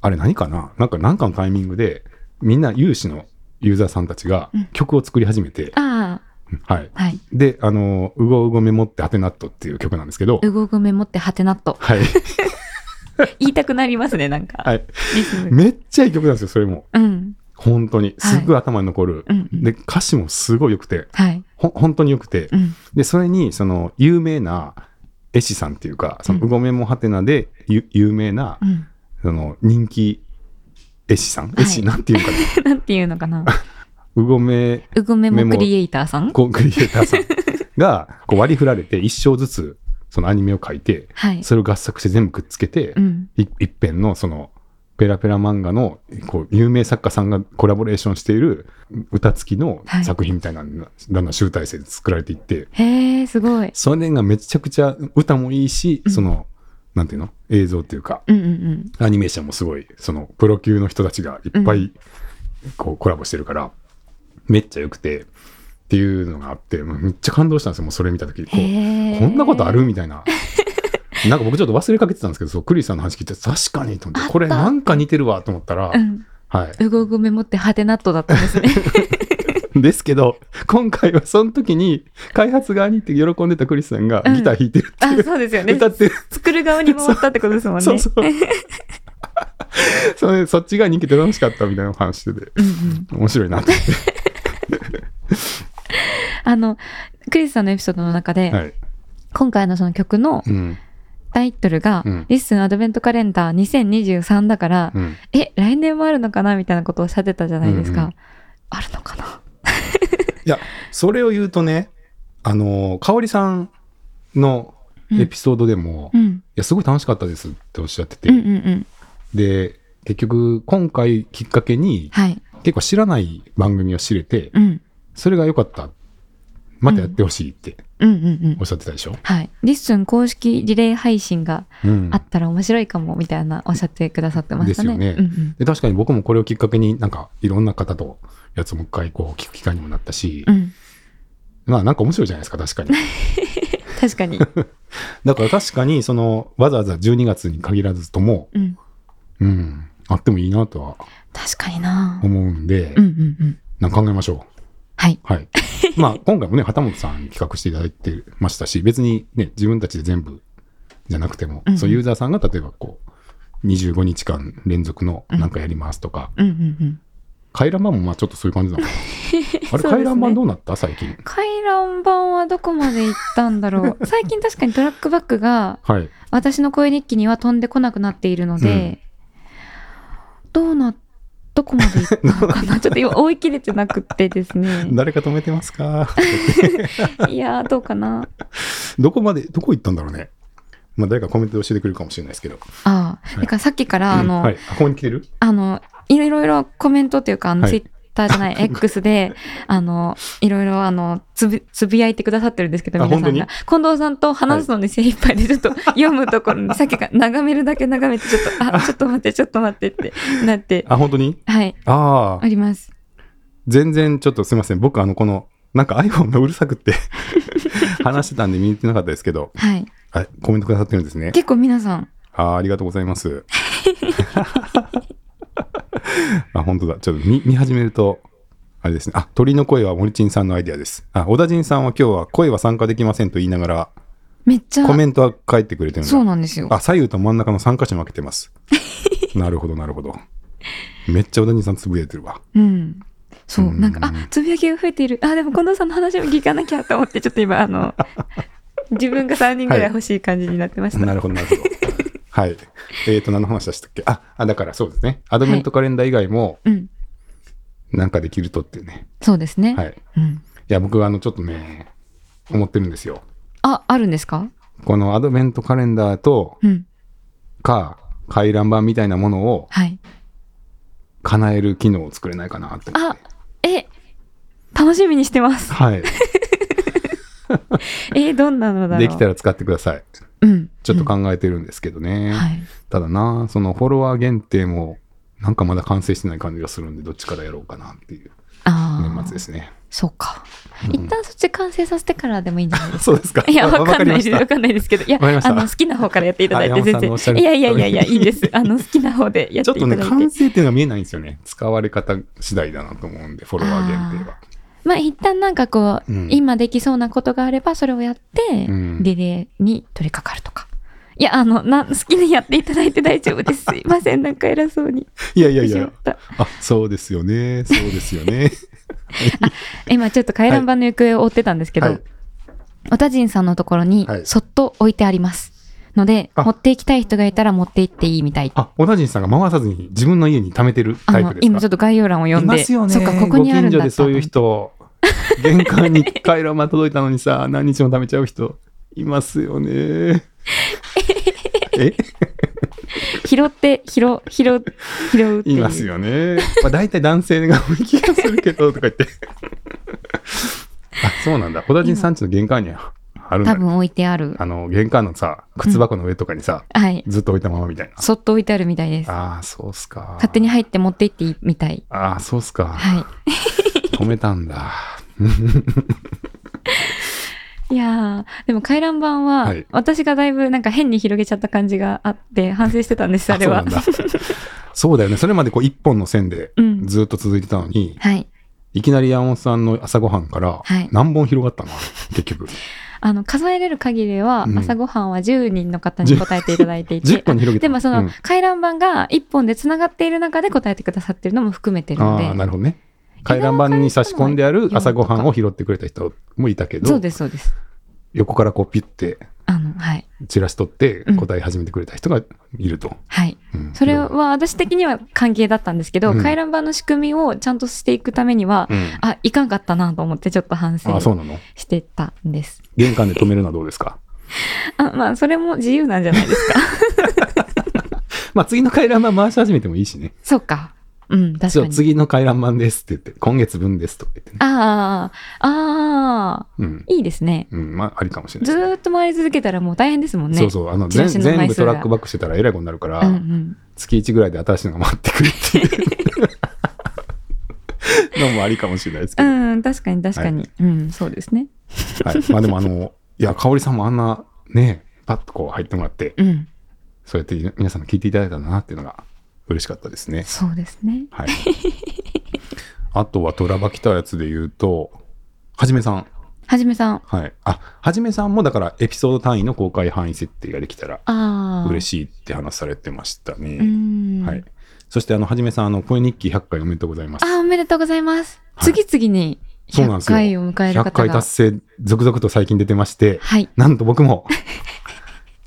あれ何かななんか、なんかのタイミングで、みんな有志のユーザーさんたちが
うん
曲を作り始めて、
あ
はい。
あ、はい。
で、あの、うごうごメモってハテナットっていう曲なんですけど、
うごうごメモってハテナット。
はい。
言いたくなりますね、なんか。
はい。
リズム。
めっちゃいい曲なんですよ、それも。
うん。
本当に。すっごい頭に残る。
うん。
で、歌詞もすごい良くて、
はい。
ほん本当に良くて、
うん。
で、それに、その、有名な絵師さんっていうか、その、
うん
うごめもはてなでゆ有名な
う、ん。
その、人気絵師さん、
い
絵師なんていうかな、
なんていうのかな。
うごめ
うごメモクリエイターさん
コクリエイター さんが、こう割り振られて、一章ずつ、そのアニメを描いて、
はい。
それを合作して全部くっつけて
う、ん。
い一編の、その、ペラペラ漫画の、こう、有名作家さんがコラボレーションしている歌付きの
はい
作品みたいなのが、だんだん集大成で作られていって、
へえ、すごい。
それがめちゃくちゃ歌もいいし、
うん
その、なんていうの映像っていうか、
うんうん
アニメーションもすごい、その、プロ級の人たちがいっぱい、こう、コラボしてるから、めっちゃ良くて、っていうのがあって、もうめっちゃ感動したんですよ、もうそれ見た時こ
うん。
う、
へえ。
こんなことあるみたいな。なんか僕ちょっと忘れかけてたんですけど、そう、クリスさんの話聞いて、確かにと思っ、
あってた
これなんか似てるわと思ったら
う、ん。
は
うごうごメモってハテナットだったん ですね。
い。ですけど、今回はその時に、開発側に行って喜んでたクリスさんがギター弾いてるって
あ
い、う、
そうですよね。
歌ってる
作る側に回ったってことですもんね。
そうそう。それそっちが人気で楽しかったみたいな話してて、
うんうん。
面白いなと思っ
あの、クリスさんのエピソードの中で、
て。はい。
今回のその曲の
うん。
タイトルが、
うん
リッスンアドベントカレンダー2023だから、
うん。
え、来年もあるのかなみたいなことをおっしゃってたじゃないですか。
うんうん
あるのかない
や、それを言うとね、あの、かおりさんのエピソードでも、
う
い
ん。
や、すごい楽しかったですっておっしゃってて、
うんうんうん。
で、結局、今回きっかけに、
はい。
結構知らない番組を知れて、
うん。
それが良かった。またやってほしいって
うんうんうん
おっ。しゃってたでしょ。
はい。リッスン公式リレー配信が
うん
あったら面白いかもみたいなおっしゃってくださってましたね。
ですよね
うんうん
で確かに僕もこれをきっかけになんかいろんな方とやつもう一回こう聞く機会にもなったし、
うん、
まあなんか面白いじゃないですか、確か に。
確かに。
だから確かに、その、わざわざ12月に限らずとも、
うん、
うん、あってもいいなとは
確かにな。
思うんで
うん、うんうん。
なんか考えましょう。
はい。
はい。まあ今回もね、旗本さんに企画していただいてましたし、別にね、自分たちで全部じゃなくても、
うん
そうユーザーさんが例えばこう、25日間連続のなんかやりますとか、
うんうんうん。
回覧板もまあちょっとそういう感じなの かな。あれ、回覧板どうなった最近。
回覧板はどこまで行ったんだろ う。最近確かにトラックバックが
はい。
私の声日記には飛んでこなくなっているので、どうな、どこまで行ったのか な。ちょっと今追い切れてなくってですね。
誰か止めてますか
いやー、どうかな。
どこまで、どこ行ったんだろうね。まあ誰かコメントで教えてくれるかもしれないですけど。
ああ、なんかさっきからあの、
はい、あここに来てる
あの、いろいろコメントっていうか、あの、
はい
ツイッターじゃ ない、X で、あの、いろいろ、あの、つぶ、つぶやいてくださってるんですけど、
あ
皆さん
本
が。近藤さんと話すのに精一杯で、ちょっと読むとこ ろに、さっきから眺めるだけ眺めて、ちょっと、あ、ちょっと待って、ちょっと待ってってなって、
あ、本当に
はい、
あ
あ
あ、
ります。
全然ちょっとすみません。僕、あの、この、なんか iPhone がうるさくって、 話してたんで見に行ってなかったですけど、
はい。
あコメントくださってるんですね。
結構皆さん、
あーありがとうございます。 あ、本当だ。ちょっと見見始めると、あれですね。あ、鳥の声は森珍さんのアイデアです。あ、小田陣さんは今日は声は参加できませんと言いながら、
めっちゃ
コ、メントは書いてくれてるんだ
そうなんですよ。
あ、左右と真ん中の3箇所に分けてます。 なるほど、なるほど。めっちゃ小田人さんつぶやいてるわ。
うん。そうう、
ん
なんか、あ、つぶやきが増えている。あ、でも近藤さんの話も聞かなきゃと思って、ちょっと今、あ の、自分が3人ぐらい欲しい感じになってました。
なるほど、なるほど。はい。えっ、と、何の話でしたっけあ、あ、だからそうですね。アドベントカレンダー以外も、
うん。
なんかできるとっていうね。
そうですね。
はい。い
うん。
や、僕、あの、ちょっとね、思ってるんですよ。
あ、あるんですか
このアドベントカレンダーと
うん。
か、回覧板みたいなものを
はい。
叶える機能を作れないかなって思っ
あえ、
て。、
楽しみにしてます。
はい。
えーどんなのだろう
できた
ら、
ら使ってください。
うん。
ちょっと考えてるんですけどね。
うんはい。
ただな、そのフォロワー限定も、なんかまだ完成してない感じがするんで、どっちからやろうかなっていう
ああ。
年末ですね。
そうか。
うん
一旦そっち完成させてからでもいいんじゃ ないですか。
そうですか。
いや、
あ
わかんないです。
わ
わ
か
か
りまし
んないですけど。いや、
わかりました
あの、好きな方からやっていただい
あ
て、
山本さ
全
んのおっしゃ
然。
る
いやいやいやいや、いいです。あの、好きな方でや
た
っ
ち
て
ょ
い
っと
ただ
ね、
いて。
完成っていうのは見えないんですよね。使われ方次第だなと思うんで、フォロワー限定は。
まあ、一旦なんかこう、
うん
今できそうなことがあれば、それをやって、
うん
リレーに取り掛かるとか。いや、あの、な、好きにやっていただいて大丈夫 です。すいません、なんか偉そうに。
いやいやい
しま
や
っ。た
あ、そうですよね。そうですよね。
今ちょっと回覧板の行方を追ってたんです けど、
はい
おたじんさんのところに
はい
そっと置いてあります。ので、
あ
持っていきたい人がいたら持って行っていいみたい。
あ、小田人さんが回さずに自分の家に貯めてるタ
あ
イプ
の
です、か
今ちょっと概要欄を読んで、
いますよね。
そっか、ここにあるんだ
ご近所でそういう人、玄関に回覧板届いたの にさ、何日も食べちゃう人、いますよね。え
拾って、拾、拾、拾うってい。
いうますよね。まあ、大体男性が多い気がするけど、とか言って。あ、そうなんだ。小田人さんちの玄関にあるん
多
だ、ね。
分置いてある。
あの、玄関のさ、靴箱の上とかにさ、
はい。
ずっと置いたままみたいな。
そっと置いてあるみたいです。
ああ、そうっすか。
勝手に入って持って行っていいみたい。
ああ、そうっすか。
は
止めたんだ。
い。いやー、でも回覧板は、
はい
私がだいぶなんか変に広げちゃった感じがあって、反省してたんです、あれは。
そうなんだそうだよね。それまでこう一本の線で
うん
ずっと続いてたのに、
はい。
いきなり山本さんの朝ごはんから
はい
何本広がったの、結局。
あの数えれる限りは、
うん
朝ごはんは10人の方に答えていただいてい
10
て
本に広げた。
でもその、
うん
回覧板が1本でつながっている中で答えてくださってるのも含めてるの
ああ、
で
なるほどね。回覧板に差し込んである朝ごはんを拾ってくれた人もいたけ
そう
ど、
ですそうです
横からこうピュって
あのはい
チラシ取って
うん
答え始めてくれた人がいると。
はい
うん
それは、私的には関係だったんですけど、
うん
回覧板の仕組みをちゃんとしていくためには、
うん
あいかんかったなと思ってちょっと反
あ
省
あ、そうなの。
してたんです
玄関で止めるのはどうですか
あまあそれも自由なんじゃないですか
まあ次の回覧板回し始めてもいいしね。
そうかうん確
そ
か
う
に
次の回覧板ですって言って、今月分ですとか言ってね。
ああああ
うん。
いいですね
うん、まあありかもしれないで
ず
すね。
ーっと回り続けたらもう大変ですもんね
そうそう、あの、
チラ
全
シの枚数が
全部トラックバックしてたらえらいことになるから、
うんうん
月1ぐらいで新しいのが回ってく るっていうのもありかもしれないですけど。
うん、確かに確かに。うん、そうですね。
はい。まあでもあの、いや、香織さんもあんな、ね、パッとこう入ってもらって、
うん、
そうやって皆さんに聞いていただいたんだなっていうのが嬉しかったですね。
そうですね。
はい。あとはドラバ来たやつで言うと、はじめさん。
はじめさん。
はい。あ、はじめさんもだからエピソード単位の公開範囲設定ができたら
ああ。
嬉
し
しいって話されてましたね。
いうん。
はい。そして、あの、はじめさん、あの、声日記100回おめでとうございます。
ああ、おめでとうございます。
はい
次々に
そうな
100
んですよ。
回を迎える
100
方
回
が
達。成、続々と最近出てまして、
はい。
なんと僕も、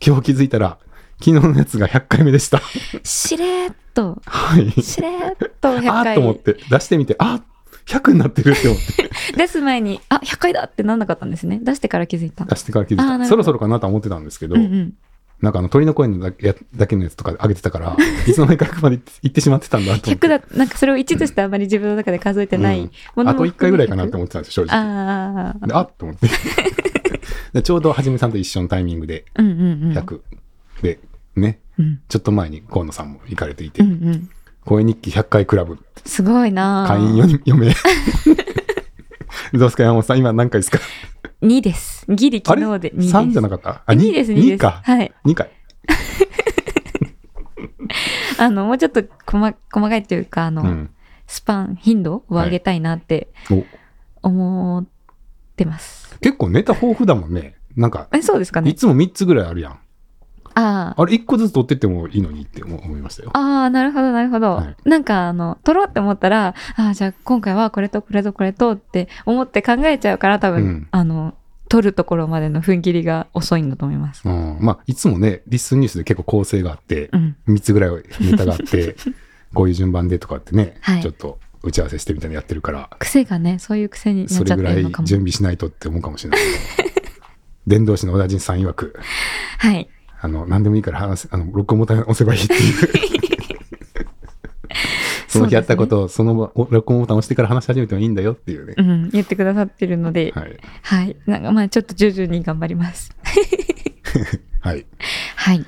今日気づいたら、昨日のやつが100回目でした。
しれーっと、
はい。
しれーっと
あ
100
ーっと思っ
回。
て、出してみて、あ100になってるって思って、
出す前に、あ、100回だってなんなかったんですね。出してから気づいた。
出してから気づい
あーなるほ
た。
ど
そろそろかなとは思ってたんですけど、
うんうん。
なんかあの、鳥の声のだけやだけのやつとか上げてた から、いつの間にか100まで行って行ってしまってたんだと思って。
100だ、なんかそれを1としてあまり自分の中で数えてな
う
い
ん
もの
あ
も
と1回ぐらいかなって
思
思ってたんですよ、正直。
ああ。
であっと思って。 でちょうどはじめさんと一緒のタイミングで
うんうんうん。
100でね、
うん
ちょっと前に河野さんも行かれていて
う、んうん。
声日記100回クラブ
すごいなー
会員4名。 どうですか、山本さん、今何回ですか
2です。ギリ
あ
昨
れ
日で2です。
?3 じゃなかったあ、
2です、2です。
か。
はい。
2回。
あの、もうちょっと細細かいというか、あの、
うん。
スパン、頻度を上げたいなって
お
思ってます。
結構ネタ豊富だもんね。なんか、
え、そうですか
い
ね。
つも3つぐらいあるやん。
ああ。
あれ、1個ずつ取ってってもいいのにって思思いましたよ。
ああ、なるほど、なるほど。
はい
なんか、あの、撮ろうって思ったら、ああ、じゃあ今回はこれとこれとこれとって思って考えちゃうから、多分、
うん
あの、撮るところまでの踏ん切りが遅いんだと思います。
うん。まあ、いつもね、リスンニュースで結構構成があって、
うん。
3つぐらいネタがあ って、こういう順番でとかってね、
はい
ちょっと打ち合わせしてみたいなのやってるから、
癖がね、そういう癖にな
そ
っちゃっ
れぐ
て
ら
る
い
のかも。
準備しないとって思うかもしれない。伝道師の小田人さん曰く、
はい。
あの、何でもいいから話せ、あの、録音ボタン押せばいいっ ていう。その日やったことを、その場、お録音ボタン押してから話し始めてもいいんだよっていうね。
うん、言ってくださってるので、
はい。
はい。なんかまあちょっと徐々に頑張ります。
はい。
はい。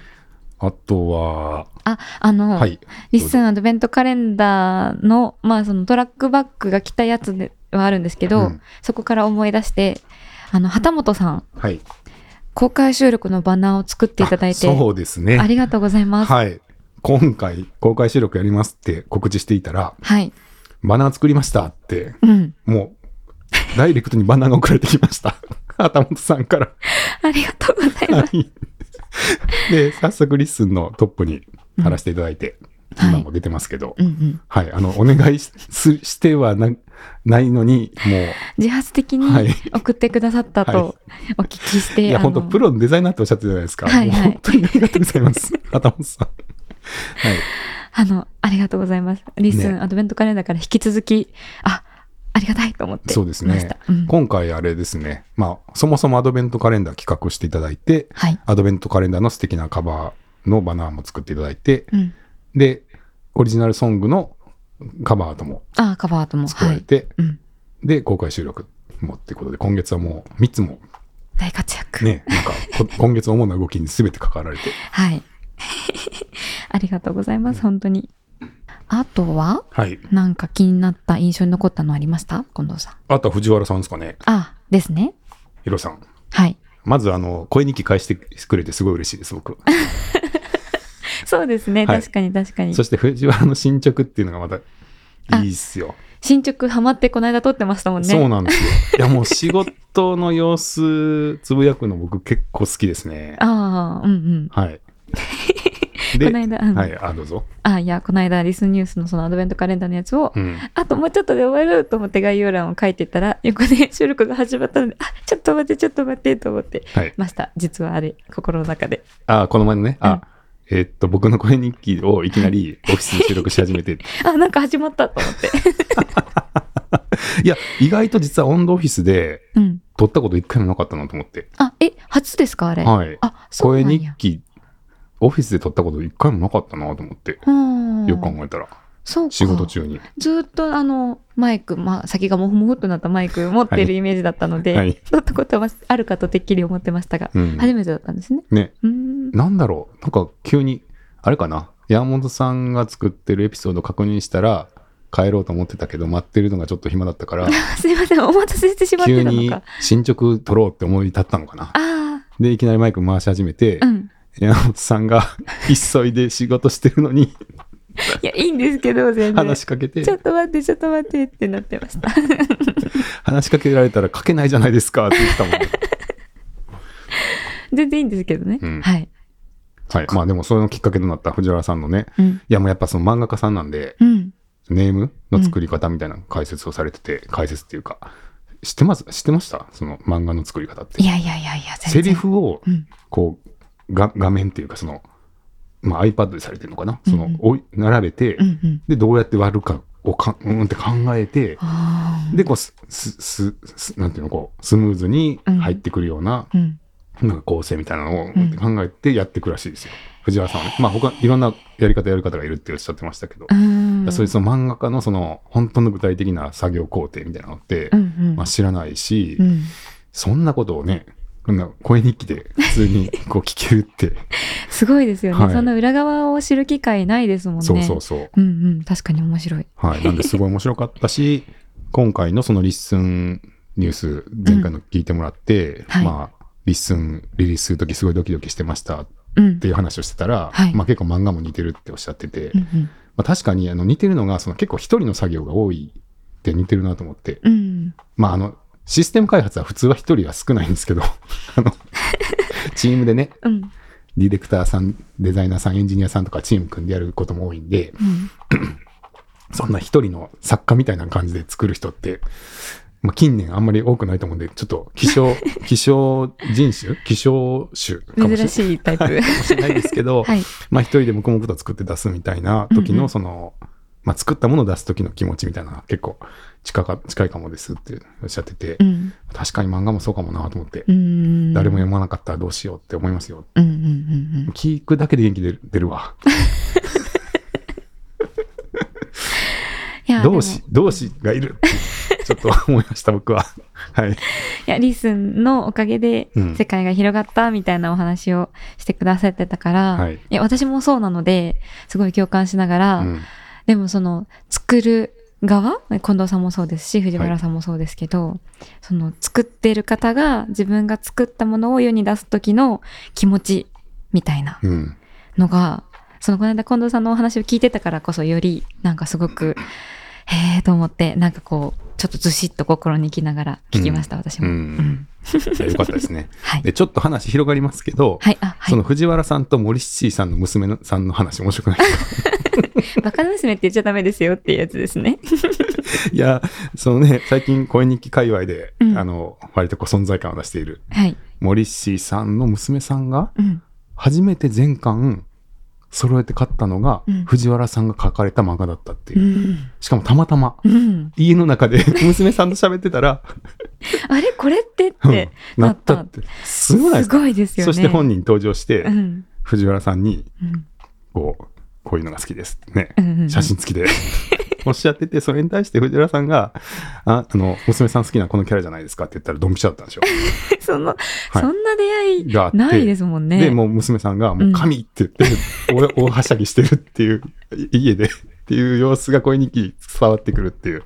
あとは、
あ、あの、
はい。
リッスンアドベントカレンダーの、まあそのトラックバックが来たやつではあるんですけど、
うん
そこから思い出して、あの、旗本さん、
はい。
公開収録のバナーを作っていただいて、
あ
あ
そうですね。
りがとうございます。はい。
はい。今回、公開収録やりますって告知していたら、バナー作りましたって、
うん。
もう、ダイレクトにバナーが送られてきました。 旗本さんから。
ありがとうございます。
はい。で、早速、リッスンのトップに貼らせていただいて、
うん
今も出てますけど、
うんうん。
はい、あの、お願いしすしてはなないのに、もう、
自発的に
はい
送ってくださった
はい
とお聞きして、
いや、
あ
本当
の
プロのデザイナーっておっしゃってたじゃないですか。
はいはい
もう本当にありがとうござい ます。片本さん。はい。
あの、ありがとうございます。リスン、
ね
アドベントカレンダーから引き続き、あ、ありがたいと思って
そうです
いまし
ね
た。。うん
今回あれですね、まあ、そもそもアドベントカレンダー企画をしていただいて、
はい。
アドベントカレンダーの素敵なカバーのバナーも作っていただいて、
うん。
で、オリジナルソングのカバーとも
あ、カバーアートも。
作
は
られ
い。
て、
うん。
で、公開収録もってことで、今月はもう3つも
大活躍。
ね、なんかこ、 今月の主な動きに全て関わられて。
はい。 ありがとうございます、本当に。あとは、
はい。
なんか気になった印象に残ったのありました近藤さん。
あとは藤原さんですかね、
あ、ですね。
ヒロさん。
はい。
まず、あの、声日記返してくれてすごい嬉しいです、僕。
そうですね。
はい
確かに確かに
そ。して藤原の進捗っていうのがまたいいっすよ。
新曲ハマってこの間撮ってましたもんね。
そうなんですよ。いや、もう仕事の様子つぶやくの僕結構好きで すね。
ああ、うんうん。
はい。
この間、うん
はい、あ、どうぞ。
あ、いや、この間、リスニュースのそのアドベントカレンダーのやつを、
うん。
あともうちょっとで終わると思って概要欄を書いてたら、横で収録が始まったので、あ、ちょっと待って、ちょっと待って、と思って
はい。
ました。実はあれ、心の中で。
あ、この前のね、
うん
あ、えーっと、僕の声日記をいきなりオフィスに収録し始めて、
あ、なんか始まったと思って。
いや、意外と実は温度オフィスで
うん。
撮ったこと一回もなかったなと思って。
あ、え、初ですかあれ。
はい。
あ、そう
声
なん
日
や。
記、オフィスで撮ったこと一回もなかったなと思って、
うん
よく考えたら、
そうか
仕事中に。
ずーっとあのマイク、まあ、先がもふもふっとなったマイク持ってるイメージだったので、
はい。
撮ったことはあるかとてっきり思ってましたが、
うん。
初めてだったんですね。
ね、
うーん
なんだろう、なんか急に、あれかな、山本さんが作ってるエピソード確認したら、帰ろうと思ってたけど、待ってるのがちょっと暇だったから、
すいません、お待たせしてしまって
急
たの
に
か。
進捗取ろうって思い立ったのかな。
あ
で、いきなりマイク回し始めて
あ、う、ん。
山本さんが 急いで仕事してるのに
いや、いいんですけど、全然
話。しかけて
ち、ょっと待って、ちょっと待ってってなってました。
話しかけられたら書けないじゃないですかって言ってたも んね。
全然いいんですけどね。
うん
はい。
はい。まあでも、それのきっかけとなった藤原さんのね、
うん。
いやもうやっぱその漫画家さんなんで、
うん。
ネームの作り方みたいな解説をされてて、解説っていうか、知ってます知ってましたその漫画の作り方って
い。やいやいやいや、
セ
全然
リフを
うん、
こう、が画面っていうか、その、まあ iPad でされてるのかなその
うんうん、
おい並べて
う、んうん。
で、どうやって割るかをか、うーんって考えて、
あ
で、こうす、す、す、すなんていうの、こう、スムーズに入ってくるような、
あ。うん。
なんか構成みたいなのを
ん
考えてやってくらしいですよ。藤原さんはね。まあ他、いろんなやり方やり方がいるっておっしゃってましたけど、
う
い
ん。
やそういうその漫画家のその、本当の具体的な作業工程みたいなのって、
うんうん。
まあ知らないし、
うん。
そんなことをね、こんな声日記で普通にこう聞けるって、
すごいですよね、
はい
そんな裏側を知る機会ないですもんね。
そうそうそう。
うんうん、確かに面白い。
はい。なんですごい面白かったし、 今回のそのリッスンニュース、前回の聞いてもらって、
はい
まあ、リッスンリリースするときすごいドキドキしてましたっ
うん
て。いう話をしてたら、
はい
まあ結構漫画も似てるっておっしゃってて、
うんうん
まあ、確かにあの似てるのがその結構一人の作業が多いって似てるなと思って、
うん。
まああのシステム開発は普通は一人は少ないんですけど あのチームでね
うん。
ディレクターさんデザイナーさんエンジニアさんとかチーム組んでやることも多いんで
うん。
そんな一人の作家みたいな感じで作る人って、まあ、近年あんまり多くないと思うんでちょっと希 少希少人種希少種かもしれ
珍しいタイ プ。
かもしれないですけ ど、
はい。
まあ一人で黙々と作って出すみたいな時
うんう
の
ん
その、まあ作ったものを出す時の気持ちみたいな結構近か近いかもですっておっしゃってて、
うん。
確かに漫画もそうかもなと思って、
うん。
誰も読まなかったらどうしようって思いますよ。
うんうんうんうん。
聞くだけで元気出る出るわ。
いや、
同
で
志
も、
同志がいるってちょっと思いました僕は。はい。
いや、リスンのおかげで
うん
世界が広がったみたいなお話をしてくださってたから、
はい
や私もそうなので、すごい共感しながら、
うん
でもその、作る側近藤さんもそうですし藤原さんもそうですけど、その作ってる方が自分が作ったものを世に出す時の気持ちみたいな
うん。
のがそのこの間近藤さんのお話を聞いてたからこそよりなんかすごくへえと思ってなんかこうちょっとずしっと心にきながら聞きました、私
う
も。
ん。いやよかったですね。
はい
で、ちょっと話広がりますけど、
はい、あ、は
その
い。
藤原さんと森七さんの娘のさんの話面白くない ですか
バカ娘って言っちゃダメですよっていうやつですね。
いや、そのね、最近声日記界隈で、
うん
あの、割とこう存在感を出している
はい。
森七さんの娘さんが、
うん。
初めて全巻揃えて買ったのが、
うん
藤原さんが書かれた漫画だったっていうう。
ん。
しかもたまたま、
うん。
家の中で 娘さんと喋ってたら、
あれこれってっ
うん
て
な
な
っ
ったた
って。すごいです
す
か
ごいですよね。
そして本人登場して、
うん。
藤原さんに、
うん
こう、こういうのが好きですってね、
うんうんうん
写真付きでおっしゃってて、それに対して藤原さんが、ああの、娘さん好きなこのキャラじゃないですかって言ったらドンピシャだったんでしょ。
その、
い
そんな出会 い
があって
ないですもんね。
で、もう娘さんが、もう神って言って、お大はしゃぎしてるっていう、い家でっていう様子が声にき伝わってくるっていう。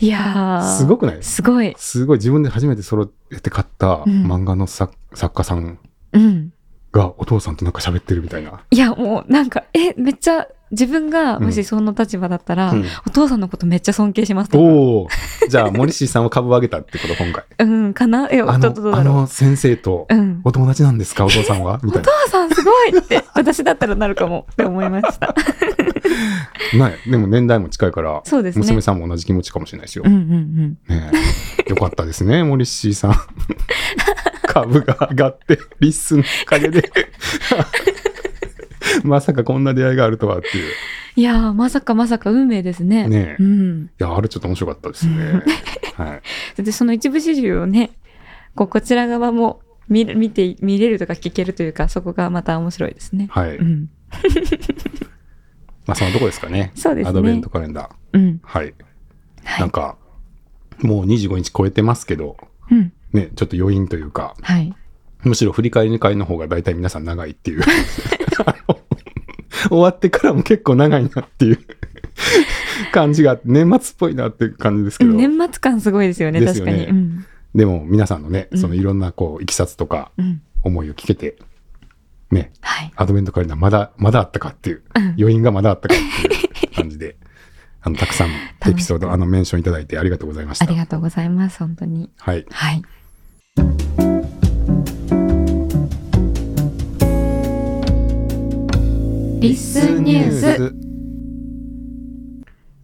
いやー。
すごくない
すごい。
すごい自分で初めて揃えて買った
うん
漫画の作,、作家さん
うん。
がお父さんとなんか喋ってるみたいな。
いや、もうなんか、え、めっちゃ、自分がもしその立場だったら、
うん
お父さんのことめっちゃ尊敬しますとか
おおじゃあ森氏さんは株を上げたってこと今回。
うん、かなえ、ど
あ
うど
の
うだ
あ
ろう。
の先 生と
うん。
お友達なんですかお父さ んはみたい
お父さんすごい って、私だったらなるかもって思いました。
な。ね、でも年代も近いから、
そうですね
娘さんも同じ気持ちかもしれないですよ
うん。うんうん。
ねえよかったですね、森氏さ ん。株が上がって、リッスンのおか げで。まさかこんな出会いがあるとはっていう。
いやー、まさかまさか運命ですね。
ね
う
え
ん。
いや、あれちょっと面白かったです ね。はい。
で、その一部始終をね、こうこちら側も見れ見て、見れるとか聞けるというか、そこがまた面白いですね。
はい。
うん。
まあ、そのとこですかね。
そうですね
アドベントカレンダー。
うん。
はい。
は
なん
い。
か、もう25日超えてますけど、
うん。
ね、ちょっと余韻というか、
はい。
むしろ振り返り会の方が大体皆さん長いっていう。 あの終わってからも結構長いなっていう感じがあって、年末っぽいなっていう感じですけど、
年末感すごいですよね、
ですよ
確か
ね
に。うん。
でも皆さんのね、
うん
そのいろんなこう、いきさつとか
うん。
思いを聞けて、ね、
はい。
アドベントカレンダーまだ、まだあったかっていう、
うん
余韻がまだあったかっていう感 じで、あの、たくさんエピソード、あの、メンションいただいてありがとうございまし
あ
た
り。がとうございます、本当に。
はい。
はい。リスニュース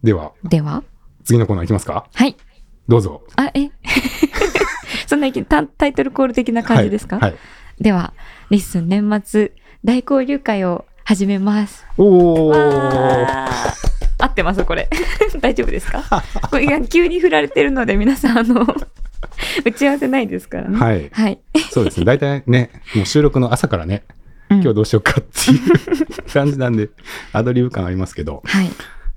では、
では
次のコーナーいきますか
はい。
どうぞ。
あ、え そんないきタタイトルコール的な感じですか、
はい。はい
では、リッスン年末大交流会を始めます。
おー
わー合ってますこれ。 大丈夫です かこれが急に振られてるので、皆さん、あの、打ち合わせないですからね。い。
はい。
はい。
そうですね。大体ね、もう収録の朝からね、
今
今日どうしようかっていう感じなんで、アドリブ感ありますけど、
はい。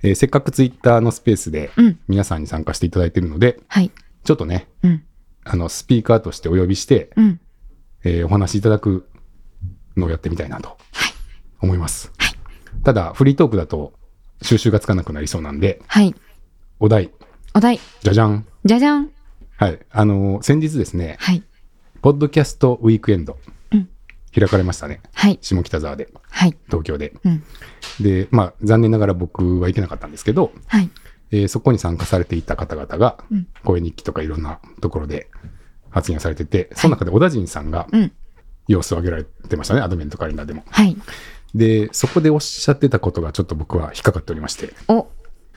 えーせっかくツイッターのスペースで
うん。
皆さんに参加していただいてるので、
はい。
ちょっとね、
うん。
あの、スピーカーとしてお呼びして、
うん。
えーお話しいただくのをやってみたいなと思います。ただ、フリートークだと収集がつかなくなりそうなんで、
はい。
お題、
お題、
じゃじゃん。
じゃじゃん。
はい。あのー先日ですね、
はい。
ポッドキャストウィークエンド、
うん
開かれましたね。
はい。
下北沢で、
はい。
東京で。
うん。
で、まあ、残念ながら僕は行けなかったんですけど、
はい。
えーそこに参加されていた方々が
うん、
声日記とかいろんなところで発言をされてて、その中で小田陣さんが
うん。
様子を上げられてましたね、アドベントカレンダーでも。
はい。
で、そこでおっしゃってたことがちょっと僕は引っかかっておりま して、
お、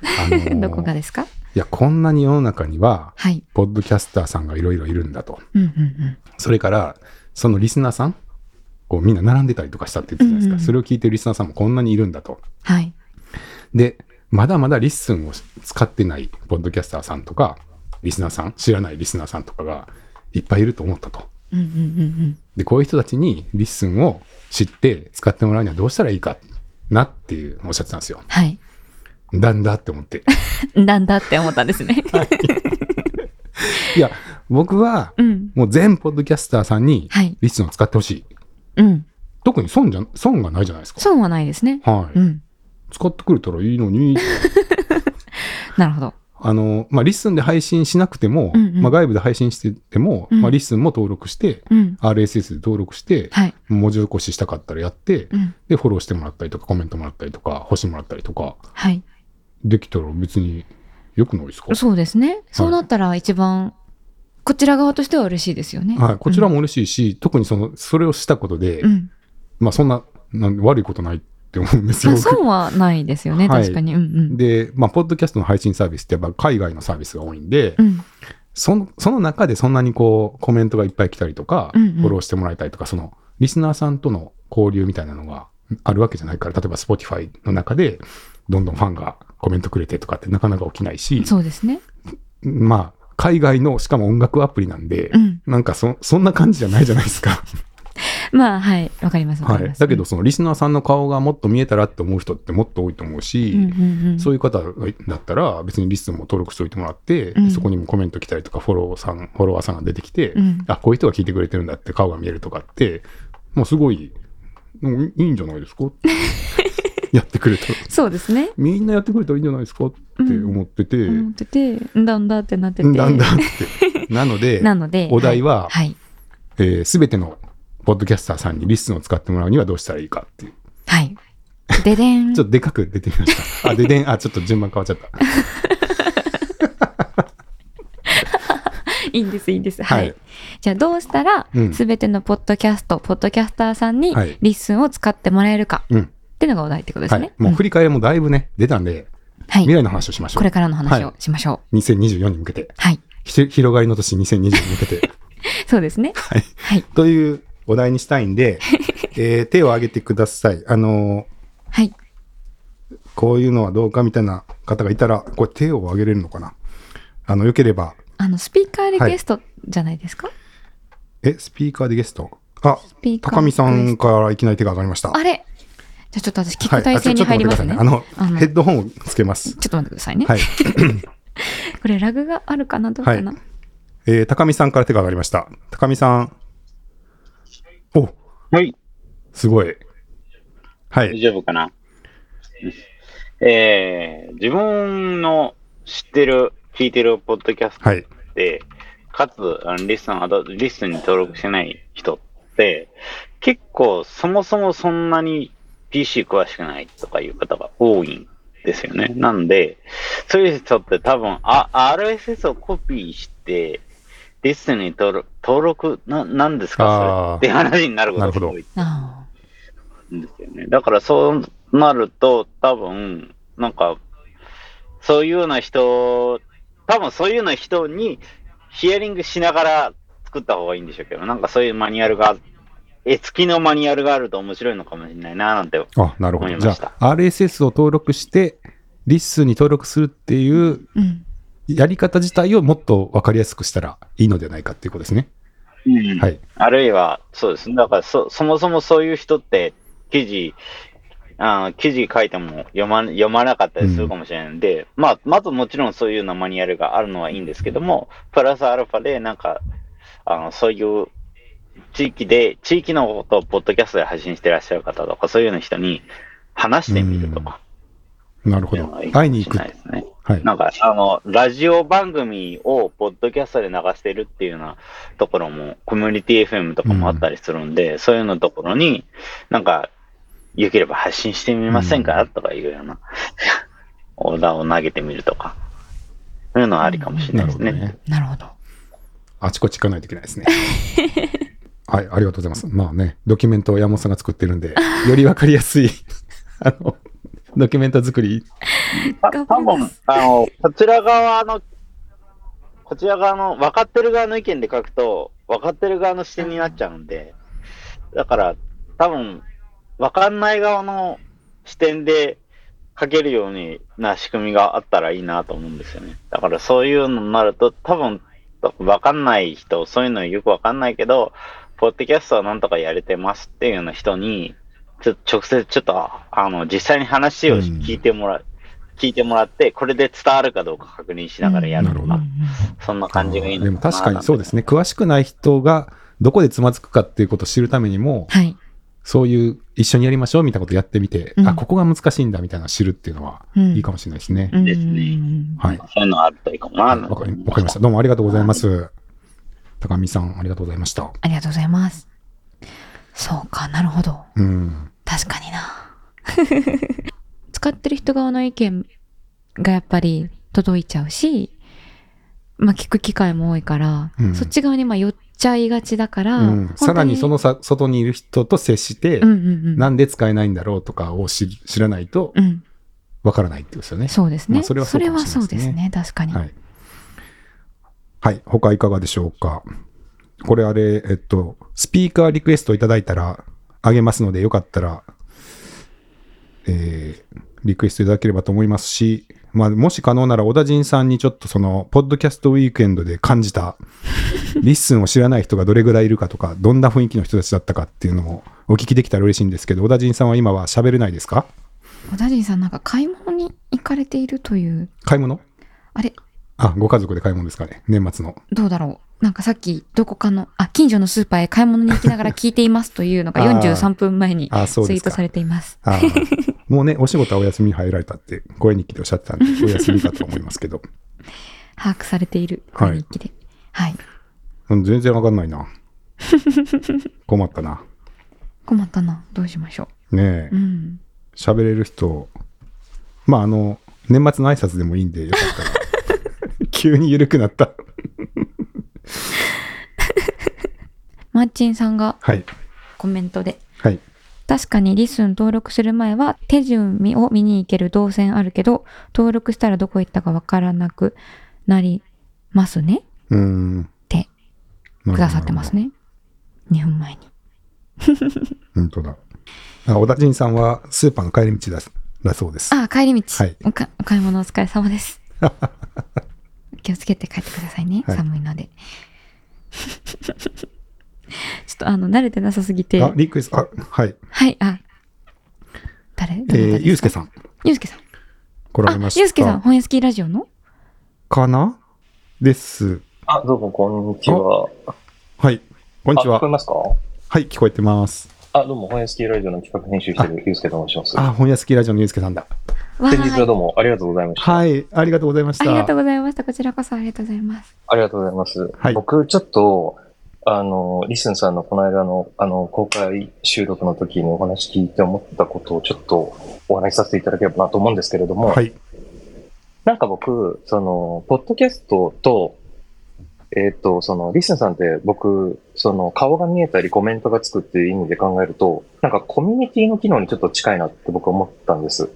あのー
どこがですか
いや、こんなに世の中には、
はい。
ポッドキャスターさんがいろいろいるんだと。
うんうん
それから、そのリスナーさん、こうみんな並んでたりとかしたって言ってたじゃないですか。
うんうん
それを聞いてるリスナーさんもこんなにいるんだと。
はい。
で、まだまだリッスンを使ってないポッドキャスターさんとか、リスナーさん、知らないリスナーさんとかがいっぱいいると思ったと。
うんうんうん
で、こういう人たちにリッスンを知って使ってもらうにはどうしたらいいかなっていうおっしゃってたんですよ。
はい。
だんだって思って。
なんだって思ったんですね。
いや、僕は
うん。
もう全ポッドキャスターさんに
はい
リッスンを使ってほしい。
うん。
特に損じゃ、損がないじゃないですか。
損はないですね。
はい。
うん。
使ってくれたらいいのに。
なるほど。
あの、まあ、リッスンで配信しなくても、
うんうん
まあ、外部で配信してても、
うん
まあ、リッスンも登録して、
うん。
RSS で登録して、
はい。
文字起こししたかったらやって、
うん。
で、フォローしてもらったりとか、コメントもらったりとか、星もらったりとか、
はい。
できたら別によくないですか
そうですね。そうなったら一番、こちら側としては嬉しいですよね。
はい。こちらも嬉しいし、特にその、それをしたことで、
うん。うん。
まあ、そんな、なん悪いことないって思うんです
ま
よ
あ、。損はないですよね。
はい
確かに。うんうん。
で、まあ、ポッドキャストの配信サービスってやっぱ海外のサービスが多いんで、
うん。
そのその中でそんなにこうコメントがいっぱい来たりとか、
うんうん
フォローしてもらえたりとかそのリスナーさんとの交流みたいなのがあるわけじゃないから例えば Spotify の中でどんどんファンがコメントくれてとかってなかなか起きないし
そうですね。
まあ海外のしかも音楽アプリなんで、
うん。
なんかそそんな感じじゃないじゃないですか、
まあ、はい。わかります。わか
は
りま
い、
す。
だけど、そのリスナーさんの顔がもっと見えたらって思う人ってもっと多いと思うし、
うんうんうん。
そういう方だったら別にリスンも登録しておいてもらって、
うん
そこにもコメント来たりとかフォローさんフォロワーさんが出てきて、
うん
あこういう人が聞いてくれてるんだって顔が見えるとかってもうすごいもういいんじゃない ですかやってくれたら
そうですね。
みんなやってくれたらいいんじゃないですかって思ってて、
思ってて、んだんだってなってて。
なんだ ってなので
なので、
お題は、
はい。
えー全てのポッドキャスターさんにリスンを使ってもらうにはどうしたらいいかっていう
はい。ででん。
ちょっとでかく出てみました。あ、ででん、あ、ちょっと順番変わっち ゃった。
いいんです、いいんです。はい。
はい
じゃあ、どうしたら
う、ん
すべてのポッドキャスト、ポッドキャスターさんに
はい、
リッスンを使ってもらえるか、
うん。
っていうのがお題ってことです
は
ね
い。。もう
うん
振り返りもだいぶね、出たんで、
はい
未来の話をしまし
こ
ょう。
れからの話を
は
しましょう。
2024に向けて、
はい。
ひと広がりの年2020に向け て、
そうですね。
はい。
はい。
というお題にしたい んで、えー手を挙げてください。あの
はい。
ーこういうのはどうかみたいな方がいたら、これ手を挙げれるのかなあの、よければ、
あの、スピーカーリクエストじゃないですか、
え、スピーカーでゲストあ
ピー、カー
高見さんからいきなり手が上がりました。
あれじゃあ、ちょっと私、聞
は
く
い
体
あち
制
ょち
に
ょっと
入り
待っ
ます
てください
ね。
ね。あの
あ、の
ヘッドホンをつけます。
ちょっと待ってくださいね。
はい。
これ、ラグがあるかなどうかな、
はいえー高見さんから手が上がりました。高見さん。お、
はい、
すごい。は
大
い。
丈夫かな。えー、自分の知ってる、聞いてるポッドキャスト
は
っ
い。
て、かつ、あのリスン、あとリスンに登録してない人って、結構、そもそもそんなに PC 詳しくないとかいう方が多いんですよね。なんで、そういう人って多分、あ、RSS をコピーして、リスンに登録、登録な、なんです
あー
かそれって話になることが多い
なるほど
あ
ですよね。だからそうなると、多分、なんか、そういうような人、多分そういうような人にヒアリングしながら作った方がいいんでしょうけど、なんかそういうマニュアルが、絵付きのマニュアルがあると面白いのかもしれないななんて。
あ、なるほ
思
ど。
い
じ
ま
ゃ
した
あ、RSS を登録して、リスに登録するっていう
あ。うん。
やり方自体をもっと分かりやすくしたらいいのではないかっていうことですね。はい。
あるいは、そうですね。だからそ、そもそもそういう人って、記事、あー記事書いても読ま読まなかったりするかもしれないんで、まあ、まずもちろんそういうようなマニュアルがあるのはいいんですけども、プラスアルファで、なんか、あの、そういう地域で、地域のことをポッドキャストで配信してらっしゃる方とか、そういうような人に話してみるとか、
なるほ
いうの
ど
がいい。かも
会いに行
し
く
れな。いですね。
はい。
なんか、あの、ラジオ番組をポッドキャストで流してるっていうようなところも、コミュニティ FM とかもあったりするんで、そういうのところに、なんか、良ければ発信してみませんか、
うん
とかいうような、 オーダーを投げてみるとか、そういうのはありかもしれな
ないるほ
で
ど
すね。
ね。
なるほど。
あちこち行かないといけないですね。 はい、ありがとうございます。まあね、ドキュメントを山本さんが作ってる んで、より分かりやすい、 あの、ドキュメント作り
た
頑
多
張りま
分あの、こちら側の、こちら側の、分かってる側の意見で書くと、分かってる側の視点になっちゃうんで、だから、多分、分かんない側の視点で書けるようにな仕組みがあったらいいなと思うんですよね。だからそういうのになると、多分、分かんない人、そういうのよく分かんないけど、ポッドキャストはなんとかやれてますっていうような人に、ちょ直接ちょっと、あの、実際に話を聞いてもらう、聞いてもらって、これで伝わるかどうか確認しながらやると
うんな
か、
る
そんな感じがいいの
で
か
も
な。。
確かにそうですすね。詳しくない人がどこでつまずくかっていうことを知るためにも、
はい。
そういう一緒にやりましょうみたいなことやってみて、
うん
あ、ここが難しいんだみたいなのを知るっていうのは
うん
いいかもしれないですね。
うん
ですね
はい。
そういうのあるといいかもな。
わかりわかりました。どうもありがとうございます。高見さん、ありがとうございました。
ありがとうございます。そうか、なるほど。
うん。
確かにな。 使ってる人側の意見がやっぱり届いちゃうし、まあ聞く機会も多いから、
うん
そっち側にまあ寄っちゃいがちだから、
うん
本当
さらにそのさ外にいる人と接して、
うんうんうん、
なんで使えないんだろうとかを知知らないと
うん、
わからないってことですよね。
そうですね。
まあそ
そ
れ
れ
はそうかも
は
しれ
そう
ないです
で
ね
すね、確かに。
はい。はい。他いかがでしょうか。これあれ、えっと、スピーカーリクエストいただいたらあげますので、よかったら、えーリクエストいただければと思いますし、まあ、もし可能なら、小田陣さんにちょっとその、ポッドキャストウィークエンドで感じた、リッスンを知らない人がどれぐらいいるかとか、どんな雰囲気の人たちだったかっていうのもお聞きできたら嬉しいんですけど、小田陣さんは今は喋れないですか
小田人さんなんか買い物に行かれているという、
買い物
あれ、
あ、ご家族で買い物ですかね。年末の。
どうだろう。なんかさっきどこかの、あ、近所のスーパーへ買い物に行きながら聞いていますというのが
あー
43分前に
あ、そう
ツイ
で
ー
すか
ト。されています。
あーもうね、お仕事はお休みに入られたって、声日記でおっしゃって たんで、お休みかと思いますけど、
把握されている、
はい
この日記で。はい。
うん全然わかんないな。困ったな。
困ったな。どうしましょ
ね
う。う
え、
ん。
喋れる人、まあ、あの、年末の挨拶でもいいんで、よかったら。 急に緩くなった。
マーチンさんが
はい。
コメントで、
はい。
確かにリスン登録する前は手順を見に行ける動線あるけど、登録したらどこ行ったかわからなくなりますね。
うーん。
て
なるほど
くださってます。ね。2分前に。
なるほど本当だ。あ小田陣さんはスーパーの帰り道だだそうです。
あ、帰り道、
はい
おか。お買い物お疲れ様です。気をつけて帰ってくださいね。
はい
寒いので。ちょっとあの、慣れてなさすぎて。
あ、リクエスト、あ、はい。
はい、あ。誰
えー、ゆうすけ
ん。
さん、
ゆうすけさん。
来ら
あ
れまし、た。
ゆうすけさん、本屋スキーラジオの
かなです。
あ、どうも、こんにちは。
はい。こ
こ
んにち
聞こえ
は。
ますか
はい、聞こえてます。
あ、どうも、本屋スキーラジオの企画編集してるゆうすけと申します。
あ、本屋好きラジオのゆうすけさんだ。
わ
先日は
ーい。
どうもありがとうございました。
はい、ありがとうございまし
あ
た。
りがとうございました。こちらこそありがとうございます。
ありがとうございます。
はい
僕、ちょっと、あの、リスンさんのこの間の、あの、公開収録の時にお話聞いて思ったことをちょっとお話しさせていただければなと思うんですけれども、
はい。
なんか僕、その、ポッドキャストと、えっ、と、その、リスンさんって僕、その、顔が見えたりコメントがつくっていう意味で考えると、なんかコミュニティの機能にちょっと近いなって僕思ったんです。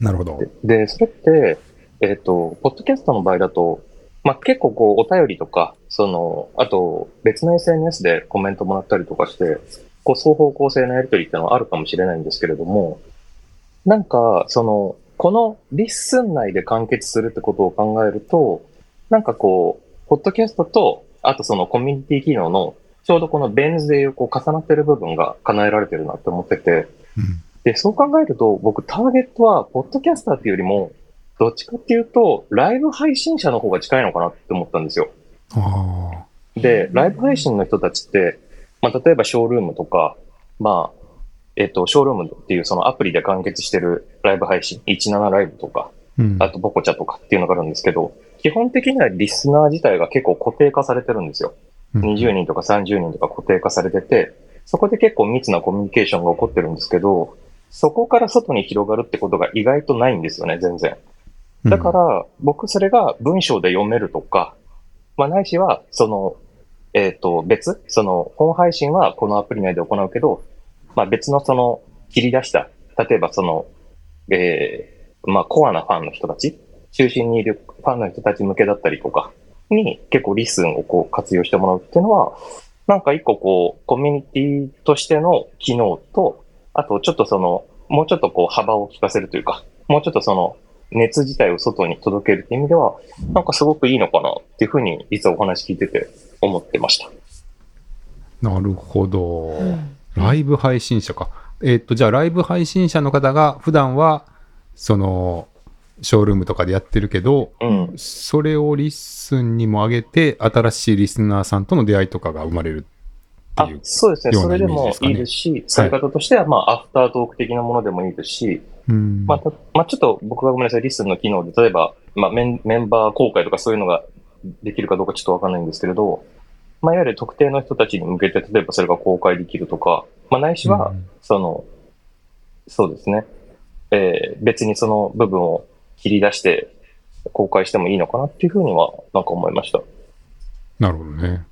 なるほど。
で、でそれって、えっ、と、ポッドキャストの場合だと、まあ、結構こう、お便りとか、その、あと、別の SNS でコメントもらったりとかして、こう、双方向性のやりとりっていうのはあるかもしれないんですけれども、なんか、その、このリッスン内で完結するってことを考えると、なんかこう、ポッドキャストと、あとそのコミュニティ機能の、ちょうどこのベン図でいうこう重なってる部分が叶えられてるなって思ってて、
うん
で、そう考えると、僕、ターゲットは、ポッドキャスターっていうよりも、どっちかっていうと、ライブ配信者の方が近いのかなって思ったんですよ。
あ
で、ライブ配信の人たちって、まあ、例えばショールームとか、まあ、えっと、ショールームっていうそのアプリで完結してるライブ配信、17ライブとか、
ーうん
あとボコチャとかっていうのがあるんですけど、基本的にはリスナー自体が結構固定化されてるんですよ。
うん
20人とか30人とか固定化されてて、そこで結構密なコミュニケーションが起こってるんですけど、そこから外に広がるってことが意外とないんですよね、全然。だか、ら、僕それが文章で読めるとか、まあないしは、その、えっ、と、別、その、本配信はこのアプリ内で行うけど、まあ別のその、切り出した、例えばその、えー、まあコアなファンの人たち、中心にいるファンの人たち向けだったりとかに結構リスンをこう活用してもらうっていうのは、なんか一個こう、コミュニティとしての機能と、あとちょっとその、もうちょっとこう幅を利かせるというか、もうちょっとその、熱自体を外に届けるって意味では、なんかすごくいいのかなっていうふうに、実はお話聞いてて思ってました。
うんなるほど。
うん
ライブ配信者か。えーっと、じゃあ、ライブ配信者の方が、普段は、その、ショールームとかでやってるけど、
うん。
それをリッスンにも上げて、新しいリスナーさんとの出会いとかが生まれるって
あ
いう。
そうですね。
よう
そ
な
れ
イ
で
メージで
も
すか
い
ね
いですし、使い方としては、まあ、アフタートーク的なものでもいいですし、
うん
まあ、たまあ、ちょっと僕がごめんなさい、リスンの機能で、例えば、まあメン、メンバー公開とかそういうのができるかどうかちょっとわかんないんですけれど、まあ、いわゆる特定の人たちに向けて、例えばそれが公開できるとか、まあ、ないしは、
うん
その、そうですね、えー別にその部分を切り出して公開してもいいのかなっていうふうには、なんか思いました。
なるほどね。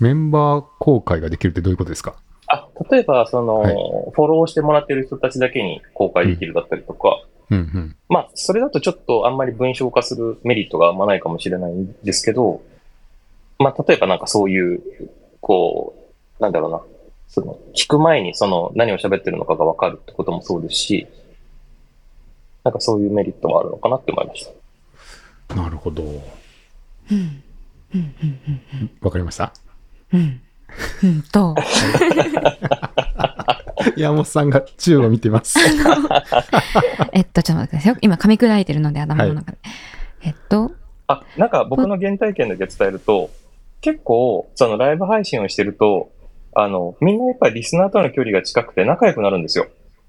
メンバー公開ができるってどういうことですか
あ、例えば、その、
はい
フォローしてもらってる人たちだけに公開できるだったりとか、
うん
まあ、それだとちょっとあんまり文章化するメリットがあんまないかもしれないんですけど、まあ、例えばなんかそういう、こう、なんだろうな、その、聞く前にその何を喋ってるのかがわかるってこともそうですし、なんかそういうメリットもあるのかなって思いました。
うん。なるほど。わかりました
うん。うんと、
山本さんが宙を見てます。
えっと、ちょっと待ってくださいよ。今噛み砕いてるので、頭の中で。えっと、
あ、なんか僕の原体験だけ伝えると、結構、そのライブ配信をしてると、あの、みんなやっぱりリスナーとの距離が近くて仲良くなるんですよ。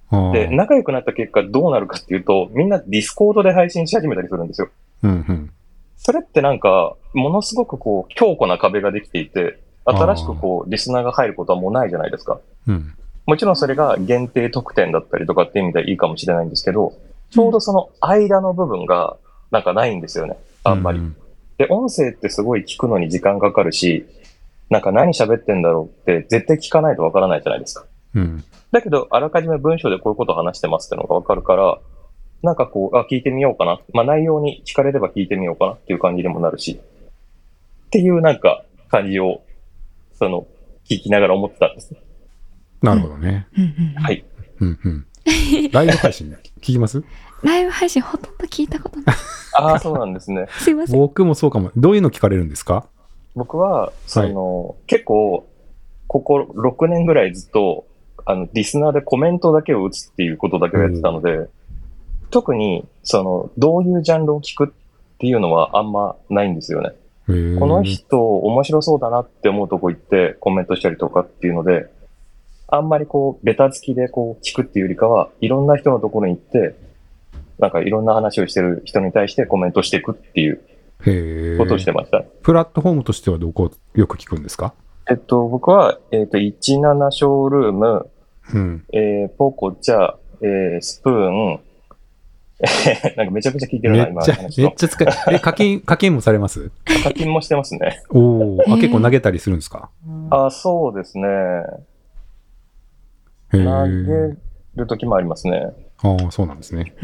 ああ
で、仲良くなった結果どうなるかっていうと、みんなディスコードで配信し始めたりするんですよ。
うんうん。
それってなんか、ものすごくこう、強固な壁ができていて、新しくこう、リスナーが入ることはもうないじゃないですか。
うん。
もちろんそれが限定特典だったりとかっていう意味ではいいかもしれないんですけど、ちょうどその間の部分が、なんかないんですよね。あんまり
う。ん
で、音声ってすごい聞くのに時間かかるし、なんか何喋ってんだろうって絶対聞かないとわからないじゃないですか。
うん。
だけど、あらかじめ文章でこういうことを話してますってのがわかるから、なんかこう、あ、聞いてみようかな。まあ内容に聞かれれば聞いてみようかなっていう感じにもなるし。っていうなんか感じを、その、聞きながら思ってたんですね。
なるほどね。
うんうんうん
はい。
うんうん。ライブ配信聞きます
ライブ配信ほとんど聞いたこと ない。
ああ、そうなんですね。
すいません。
僕もそうかも。どういうの聞かれるんですか
僕は、その、結構、ここ6年ぐらいずっと、あの、リスナーでコメントだけを打つっていうことだけをやってたので、特に、その、どういうジャンルを聞くっていうのはあんまないんですよね。
こ
この人面白そうだなって思うとこ行ってコメントしたりとかっていうので、あんまりこう、ベタつきでこう、聞くっていうよりかは、いろんな人のところに行って、なんかいろんな話をしてる人に対してコメントしていくっていう
へ
ことをして
え。
ました。
プラットフォームとしてはどこをよく聞くんですか
えっと、僕は、えっと、17ショールーム、
うん。
えー、ポコチャ、えー、スプーン、 なんかめちゃくちゃ聞いてる
め
な、
っ
今の
ちゃ、
話
めっ
と。
ちゃ使え、え、課金、課金もされます
課金もしてますね。
おお、
えー
あ、結構投げたりするんですか
あ、そうですね。
へえ。
投げる時もありますね。
ああ、そうなんですね。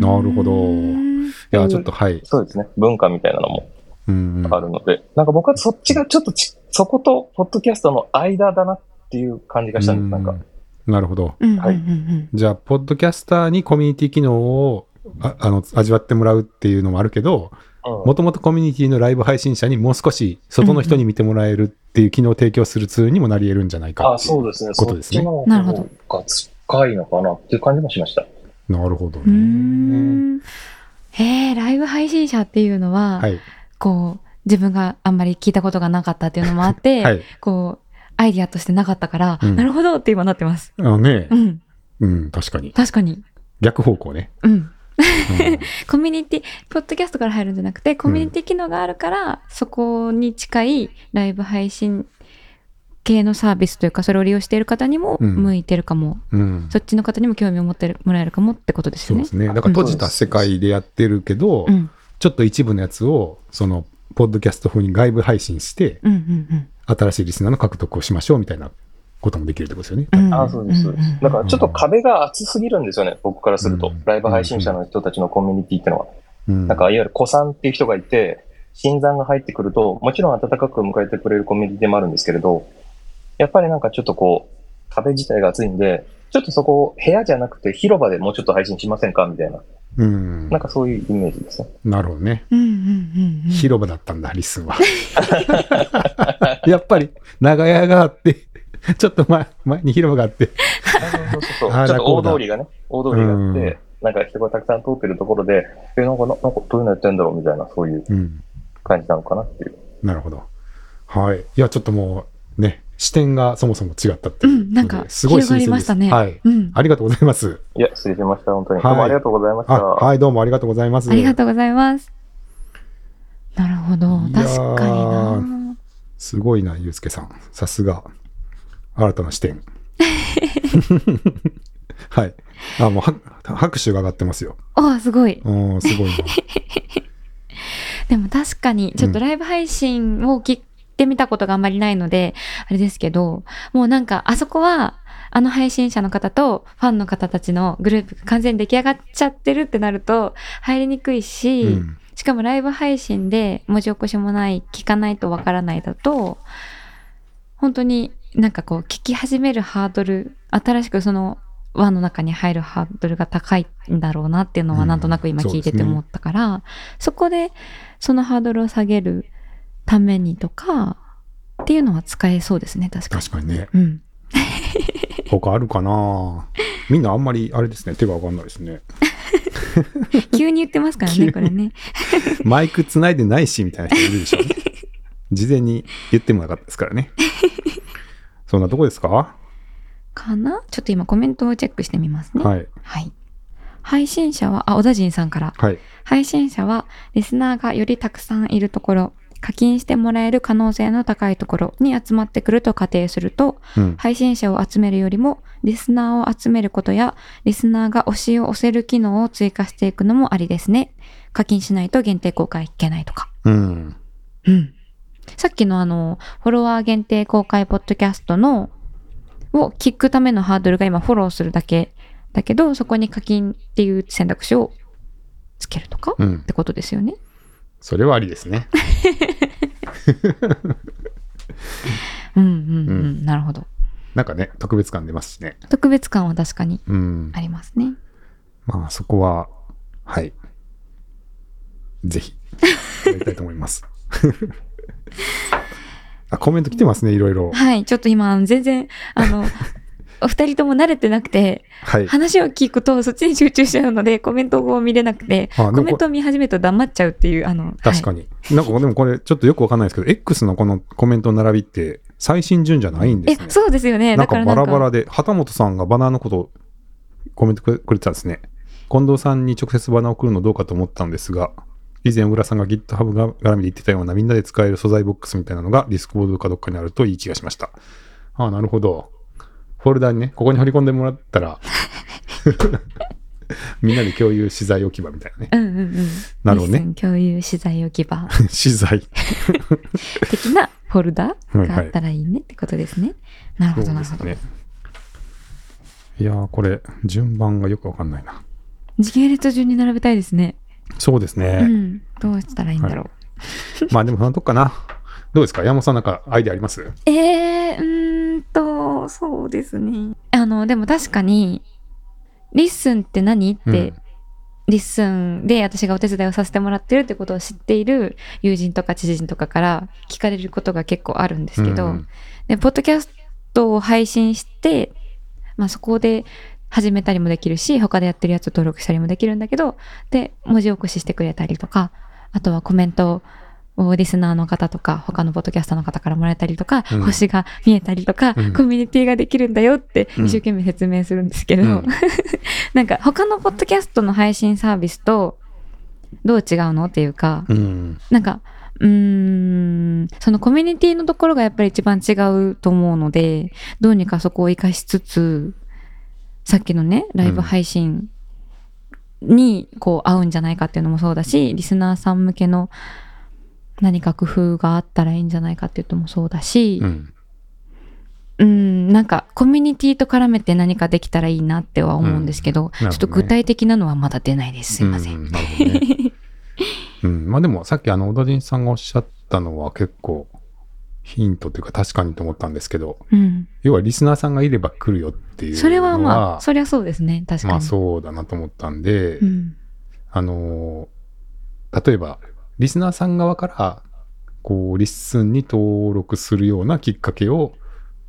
な
なるほどいや、ちょっと、はい。
そうですね。文化みたいなのも
うんうん。
あるので、なんか僕はそっちがちょっとち、そこと、ポッドキャストの間だなっていう感じがしたんです、なん
う
か。
んなるほど。
うんうんうんう
はい
ん。
じゃあ、ポッドキャスターにコミュニティ機能をああの味わってもらうっていうのもあるけど、
うん
もともとコミュニティのライブ配信者にもう少し外の人に見てもらえるっていう機能を提供するツールにもなり得るんじゃないか
あ、
っていう
そうですね。
ことですね
そっち
なる
の
ほ
方が近いのかなっていう感じもしました。
なるほど
うー
ね。
ん。へえ、ライブ配信者っていうのは、
はい。
こう、自分があんまり聞いたことがなかったっていうのもあって、
はい。
こう、アイディアとしてなかったから、
うん
なるほどって今なってます。
あのね
う、ん。
うん、確かに。
確かに。
逆方向ね。
うん。
うん
コミュニティ、ポッドキャストから入るんじゃなくて、コミュニティ機能があるから、そこに近いライブ配信系のサービスというか、それを利用している方にも
うん
向いてるかも、
うん。
そっちの方にも興味を持ってるもらえるかもってことです
そう
よね
で。すね。だから閉じた世界でやってるけど
う、ん。
ちょっと一部のやつを、その、ポッドキャスト風に外部配信して、
うんうん
新しいリスナーの獲得をしましょうみたいなこともできるってことですよね。
うん。
あ、そうです、そうです。だからちょっと壁が厚すぎるんですよね、僕からする
う
と
ん。
ライブ配信者の人たちのコミュニティってのは。
うん
なんか、いわゆる子さんっていう人がいて、新参が入ってくると、もちろん温かく迎えてくれるコミュニティもあるんですけれど、やっぱりなんかちょっとこう、壁自体が厚いんで、ちょっとそこを部屋じゃなくて広場でもうちょっと配信しませんかみたいな。
うん
な。んかそういうイメージですね。
なるほどね。
うんうんうんうん。
広場だったんだ、リスンは。 やっぱり、長屋があって、ちょっと前前に広場があって、
そうそうそ
あー
う。ちょっ
楽
と
だ
大通りがね、大通りがあっ
うん
て、なんか人がたくさん通ってるところで、え、なんかな、なんかどういうのやってんだろうみたいな、そういう
うん、
感じなのかなっていう。
なるほど。はい。いや、ちょっともね、視点がそもそも違ったっていううので。
ん、なんか、
すごい
広が
新
り
鮮
ま
で
し
す。
たね。
はい。
うん。
ありがとうございます。
いや、失礼しました、本当に。
はい
どうもありがとうございました。
あ、はい、どうもありがとうございます。
ありがとうございます。なるほど。
いやー
確かにな。
すごいな、ゆうすけさん。さすが。新たな視点。 はい。あ、もうは、拍手が上がってますよ。
おーすご い。
うん、すごいな。
でも確かに、ちょっとライブ配信を聞いてみたことがあんまりないので、あれですけど、もうなんか、あそこは、あの配信者の方とファンの方たちのグループが完全に出来上がっちゃってるってなると、入りにくいし、
うん。
しかもライブ配信で文字起こしもない、聞かないとわからないだと、本当になんかこう聞き始めるハードル、新しくその輪の中に入るハードルが高いんだろうなっていうの
う
は
ん
なんとなく今
そう
聞
で
い
すね
てて思ったから、そこでそのハードルを下げるためにとか、っていうのは使えそうですね、確かに。
確かにね。
うん。
他あるかなみんなあんまり、あれですね、手が上がんないですね。
急に言ってますから
急に
ね、これね。
マイクつないでないし、みたいな人いる でしょうね。事前に言ってもなかったですからね。そんなとこですか
かなちょっと今コメントをチェックしてみますね。はい。
はい。
配信者は、あ、小田人さんから。
はい。
配信者はリスナーがよりたくさんいるところ、課金してもらえる可能性の高いところに集まってくると仮定すると、
うん。
配信者を集めるよりもリスナーを集めることや、リスナーが推しを押せる機能を追加していくのもありですね。課金しないと限定公開いけないとか。
うん。
うん。さっきのあの、フォロワー限定公開ポッドキャストの、を聞くためのハードルが今フォローするだけだけど、そこに課金っていう選択肢をつけるとか、
うん
ってことですよね。
それはありですね。
うんうんうん、
う
なるほど。
なんかね、特別感出ますしね。
特別感は確かに
うん
あ。りますね。
まあ、そこは、はい。ぜひ、やりたいと思います。 あ、コメント来てますね、いろいろ。
はい、ちょっと今、あの全然、あ の、お二人とも慣れてなくて、
はい。
話を聞くとそっちに集中しちゃうので、コメントを見れなくて、
あでも
コ
こ
メントを見始めると黙っちゃうっていう、あの、
確か
に。
に。なんか、でもこれ、ちょっとよくわかんないですけど、X のこのコメントの並びって、最新順じゃないんですね
え、。そうですよね。
なん
だか
からバ
なんか、
ラバラで、旗本さんがバナーのこと、コメントくれてたんですね。近藤さんに直接バナーを送るのどうかと思ったんですが、以前、浦さんが GitHub が絡みで言ってたような、みんなで使える素材ボックスみたいなのが、ディスコードかどっかにあるといい気がしました。ああ、なるほど。フォルダにね、ここに貼り込んでもらっ たら、みんなで共有資材置き場みたいなね。
うんうんうん。
なるほどね
レッスン共有資材置き場
資材。
的なフォルダ
はい
があったらいいねってことですね。なるほど、なるほど。
ね。いやー、これ、順番がよくわかんないな。
時系列順に並べたいですね。
そうですね。
うん。どうしたらいいんだろう。
まあでもそのとこかな。どうですか山本さんなんかアイデアあります
えー、うーんと、そうですね。あの、でも確かに、リッスンって何って、
うん
リッスンで私がお手伝いをさせてもらってるってことを知っている友人とか知人とかから聞かれることが結構あるんですけど、
うん
で、ポッドキャストを配信して、まあそこで始めたりもできるし、他でやってるやつを登録したりもできるんだけど、で、文字起こししてくれたりとか、あとはコメントをリスナーの方とか、他のポッドキャスターの方からもらえたりとか、
うん
星が見えたりとか、
うん
コミュニティができるんだよって
うん
一生懸命説明するんですけど、
うん
なんか他のポッドキャストの配信サービスとどう違うのっていうか、
うん。
なんか、うーん、そのコミュニティのところがやっぱり一番違うと思うので、どうにかそこを活かしつつ、さっきのね、ライブ配信にこう合うんじゃないかっていうのもそうだし、リスナーさん向けの何か工夫があったらいいんじゃないかっていうのもそうだし、
う。
うんーん、なんかコミュニティと絡めて何かできたらいいなっては思うんですけど、
うんなるほどね
ちょっと具体的なのはまだ出ないです。すいません。
うんなるほどね。うん。 まあでもさっきあの、小田人さんがおっしゃったのは結構ヒントというか確かにと思ったんですけど、
うん。
要はリスナーさんがいれば来るよっていうのは。
それはまあ、そりゃそうですね。確かに。
まあそうだなと思ったんで、
うん。
あのー例えば、リスナーさん側から、こう、リッスンに登録するようなきっかけを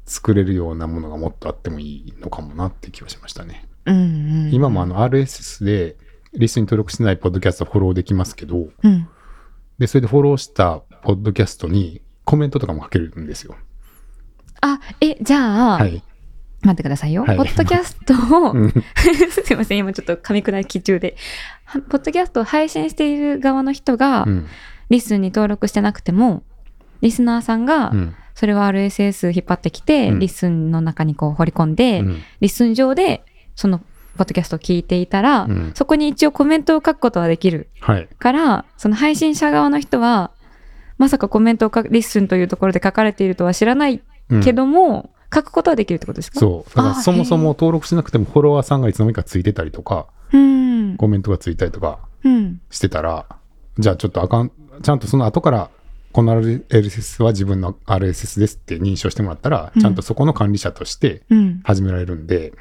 作れるようなものがもっとあってもいいのかもなって気はしましたね。
うんうんうん、
今もあの RSS で、リストに登録してないポッドキャストフォローできますけど、
うん、
で、それでフォローしたポッドキャストにコメントとかも書けるんですよ。
あ、え、じゃあ、
はい。
待ってくださいよ。
はい
ポッドキャストを、
うん
すいません、今ちょっと噛み砕き中で。はポッドキャストを配信している側の人が
う、ん。
リスンに登録してなくても、リスナーさんが
う、ん。
それを RSS 引っ張ってきて、
うん
リスンの中にこう掘り込んで、
うん
リスン上で、その、ポッドキャストを聞いていたら、
うん
そこに一応コメントを書くことはできる
はい。
から、その配信者側の人は、まさかコメントを書くリスンというところで書かれているとは知らない
うん
けども、書くことはできるってことですか
そう。だか
あ
ら
ー
そもそも登録しなくてもフォロワーさんがいつの間にかついてたりとか、
うん。
コメントがついたりとか
うん。
してたら、じゃあちょっとあかん、ちゃんとその後から、この RSS は自分の RSS ですって認証してもらったら
う、ん
ちゃんとそこの管理者として
うん。
始められるんで、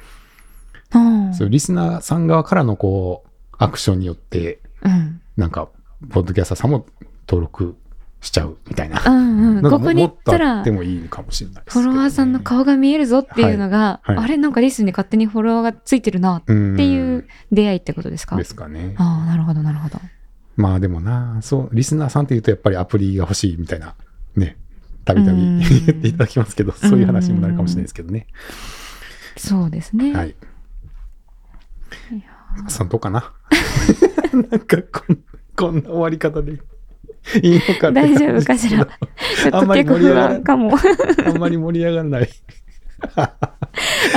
ああ
そういうリスナーさん側からのこう、アクションによって、
うん。
なんか、ポッドキャスターさんも登録しちゃうみたいな。
うんう。
なんんか
こ
も
こに
も
行
っ
っ
と
た
あ
ら
って、もいいかもしれないです
フ
けど
ォ
ね
ロワーさんの顔が見えるぞっていうのが、
はいはい
あれなんかリスンに勝手にフォロワーがついてるなっ
うん
ていう出会いってことですか、
ですかね。
ああ、なるほど、なるほど。
まあでもな、そう、リスナーさんって言うとやっぱりアプリが欲しいみたいな、ね、たびたび
うん
言っていただきますけど、そういう話にもなるかもしれないですけどね。
そうですね。
はい。そのとこかな。 なんかこん、こんな終わり方でいいのかっ て
大丈夫かし ら。ちょ
あ
っ
ん
と
まり
結構
盛り
不
上がら
安かも。
あんまり盛り上がらない
あ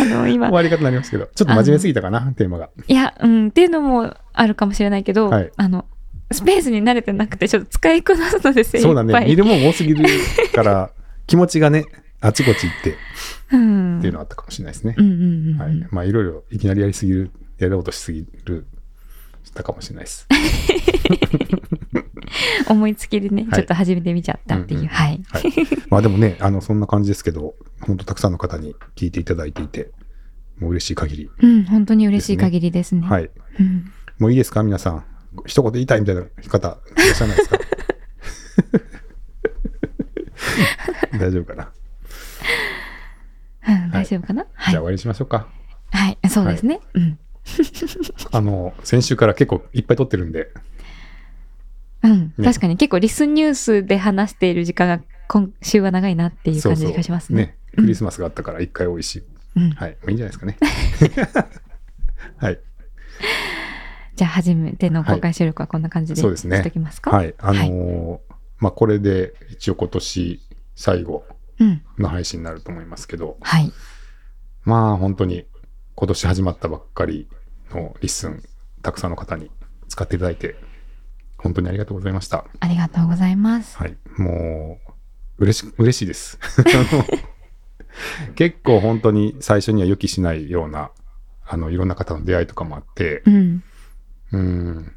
の、今
終。わり方になりますけど、ちょっと真面目すぎたかな、テーマが。
いや、うん、っていうのもあるかもしれないけど、
はい
あの、スペースに慣れてなくて、ちょっと使いこなすので精一杯
そうだね、見るもん多すぎるから、気持ちがね、あちこち行ってっ
うん。
ていうのはあったかもしれないですね
う。んうんうん。
はい。まあ、いろいろいきなりやりすぎる、やろうとしすぎる、したかもしれないです。
思いつきでね、
い
ちょっと始めてみちゃったっていう。
うんうん
はい。
はい。まあ、でもね、あの、そんな感じですけど、本当たくさんの方に聞いていただいていて、もう嬉しい限り。
うん、本当に嬉しい限りですね。
はい。
うん
もういいですか皆さん。一言言いたいみたいな方、いらっしゃらない ですか 大丈夫かな、
うん大丈夫かな
じ
は
ゃあ
い
終。わりにしましょうか。
はい。そうですね。うん。
あの、先週から結構いっぱい撮ってるんで、
うん。
ね
確かに結構リスンニュースで話している時間が今週は長いなっていう
そう
感
そ
じ
う
がしますね。
クリスマスがあったから一回多いし、
うん
はい。もういいんじゃないですかね。 はい。
じゃあ初めての公開収録はこんな感じで
そうですね
しときますか。
はい。あのーまあ、これで一応今年最後
うん。
の配信になると思いますけど、
はい。
まあ、本当に今年始まったばっかりのリッスン、たくさんの方に使っていただいて、本当にありがとうございました。
ありがとうございます。
はい。もう、嬉し、嬉しいです。 あの結構本当に最初には予期しないような、あの、いろんな方の出会いとかもあって、
うん。
うん。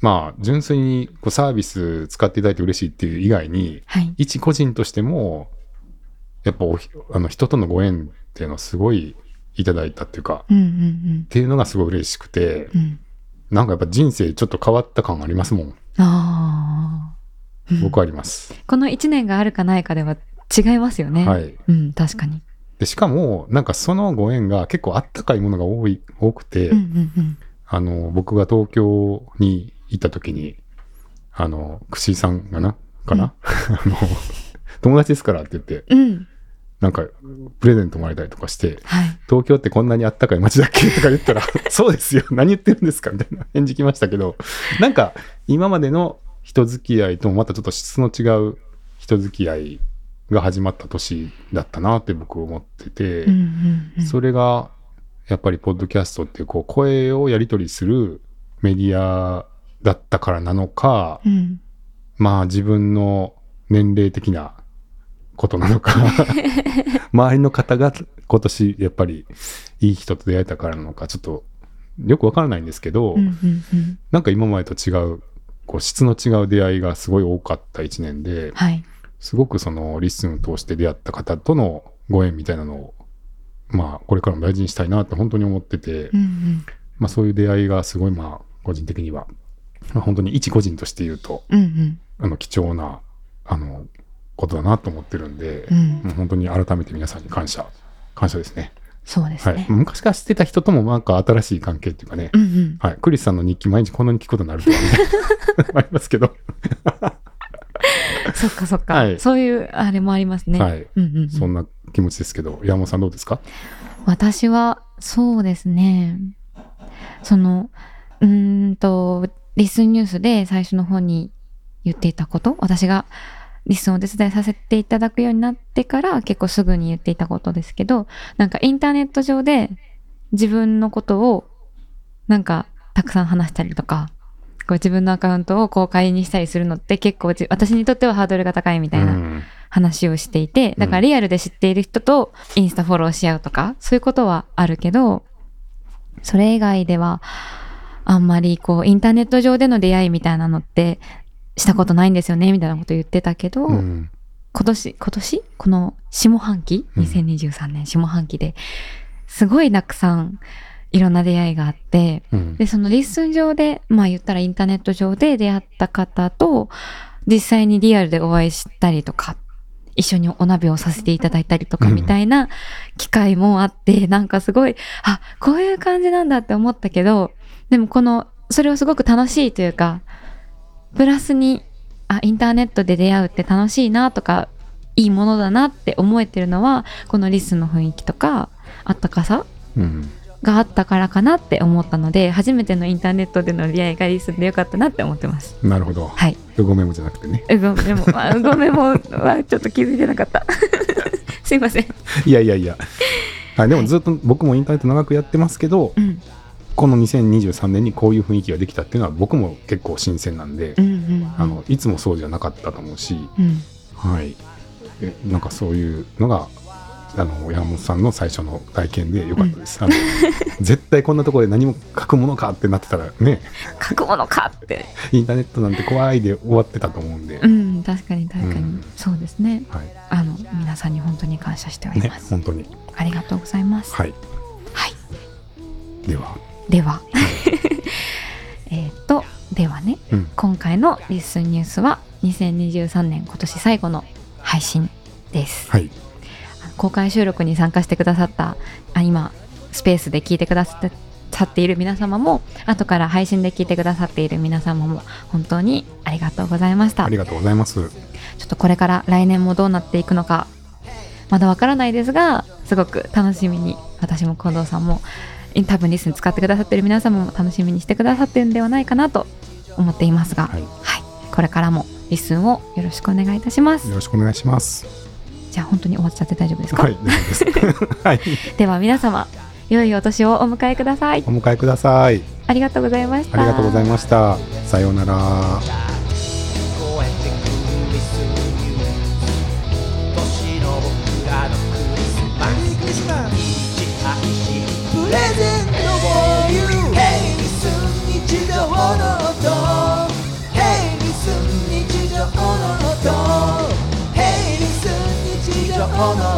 まあ、純粋にこうサービス使っていただいて嬉しいっていう以外に、
はい。
一個人としても、やっぱおひあの人とのご縁っていうのをすごいいただいたっていうか、っ
うんうん
ていうのがすごい嬉しくて、
うん。うん。
なんかやっぱ人生ちょっと変わった感ありますもん。
ああ。うん
僕はあります。
この1年があるかないかでは違いますよね。
はい。
うん、確かに。
で、しかも、なんかそのご縁が結構あったかいものが多い、多くて、
うんうんうん。
あの、僕が東京に行った時に、あの、くしさんがな、かな、 あの、友達ですからって言って、
うん。
なんか、プレゼントもらえたりとかして、
はい。
東京ってこんなにあったかい街だっけとか 言ったら、そうですよ、何言ってるんですかみたいな返事来ましたけど、なんか、今までの人付き合いともまたちょっと質の違う人付き合いが始まった年だったなって僕思ってて、
うんうんうん。
それがやっぱりポッドキャストっていうこう声をやり取りするメディアだったからなのか、
うん。
まあ自分の年齢的なことな のか周りの方が今年やっぱりいい人と出会えたからなのかちょっとよくわからないんですけど、
うんうんうん。
なんか今までと違うこう質の違う出会いがすごい多かった1年で
はい。
すごくそのリッスンを通して出会った方とのご縁みたいなのをまあこれからも大事にしたいなって本当に思ってて、
うんうん。
まあそういう出会いがすごいまあ個人的には、まあ、本当に一個人として言うと
うんうん。
あの貴重なあのことだなと思ってるんで、
うん。
もう本当に改めて皆さんに感謝感謝ですね。
そうです
はい
ね。。
昔から知ってた人ともなんか新しい関係っていうかね、
うんうん。
はい。クリスさんの日記毎日こんなに聞くことになるとは ね、ありますけど、
そっかそっ
は
か。
い
そういうあれもありますね。
はい。
うんうんうん。
そんな気持ちですけど、山本さんどうですか
私はそうですねそのうーんとリスンニュースで最初の方に言っていたこと私がリスンをお手伝いさせていただくようになってから結構すぐに言っていたことですけどなんかインターネット上で自分のことをなんかたくさん話したりとかこう自分のアカウントを公開にしたりするのって結構じ私にとってはハードルが高いみたいな
うん
話をしていて、だからリアルで知っている人とインスタフォローし合うとか、そういうことはあるけど、それ以外では、あんまりこう、インターネット上での出会いみたいなのって、したことないんですよね、みたいなこと言ってたけど、
うん
今年、今年この下半期
うん
?2023 年下半期で、すごいたくさんいろんな出会いがあって、
うん
でそのリッスン上でまあ言ったらインターネット上で出会った方と実際にリアルでお会いしたりとか一緒にお鍋をさせていただいたりとか
うん
みたいな機会もあって、なんかすごいあこういう感じなんだって思ったけどでもこのそれをすごく楽しいというかプラスにあインターネットで出会うって楽しいなとかいいものだなって思えてるのはこのリスンの雰囲気とかあったかさ
うん
があったからかなって思ったので初めてのインターネットでの出会いがリスンでよかったなって思ってます
なるほど。
はいう
ごめもじゃなくてね。
うごめんもあうごめんもはちょっと気づいてなかった すいません
いやいやいや。はい、でもずっと僕もインターネット長くやってますけど
う、ん
この2023年にこういう雰囲気ができたっていうのは僕も結構新鮮なんで
う、んうん
あのいつもそうじゃなかったと思うし、
うん
はい、えなんかそういうのがあの山本さんの最初の体験で良かったです、あの絶対こんなところで何も書くものかってなってたらね
書くものかって
インターネットなんて怖いで終わってたと思うんで、
うん確かに確かに、
うん
そうですね
はい
あの皆さんに本当に感謝しており
ね
ます、
本当に
ありがとうございます、
はい、
は
では、
では えっとではね
うん、
今回のリッスンニュースは2023年今年最後の配信です
はい
公開収録に参加してくださったあ今スペースで聞いてくださってさっている皆様も後から配信で聞いてくださっている皆様も本当にありがとうございました
ありがとうございます
ちょっとこれから来年もどうなっていくのかまだわからないですがすごく楽しみに私も近藤さんも多分リスン使ってくださっている皆様も楽しみにしてくださっているんではないかなと思っていますが、
は
はいいこれからもリスンをよろしくお願いいたします
よろしくお願いします
じゃあ本当に終わっちゃって大丈夫ですか、
はい大丈夫ですはい
では皆様良いお年をお迎えください
お迎えください
ありがとうございました
ありがとうございましたさようなら
公園でクリス年の僕らのクリスマスクリスマス一配信プレゼントボリュームヘイリス日常の音ヘイリス日常の音ヘイリス日常の音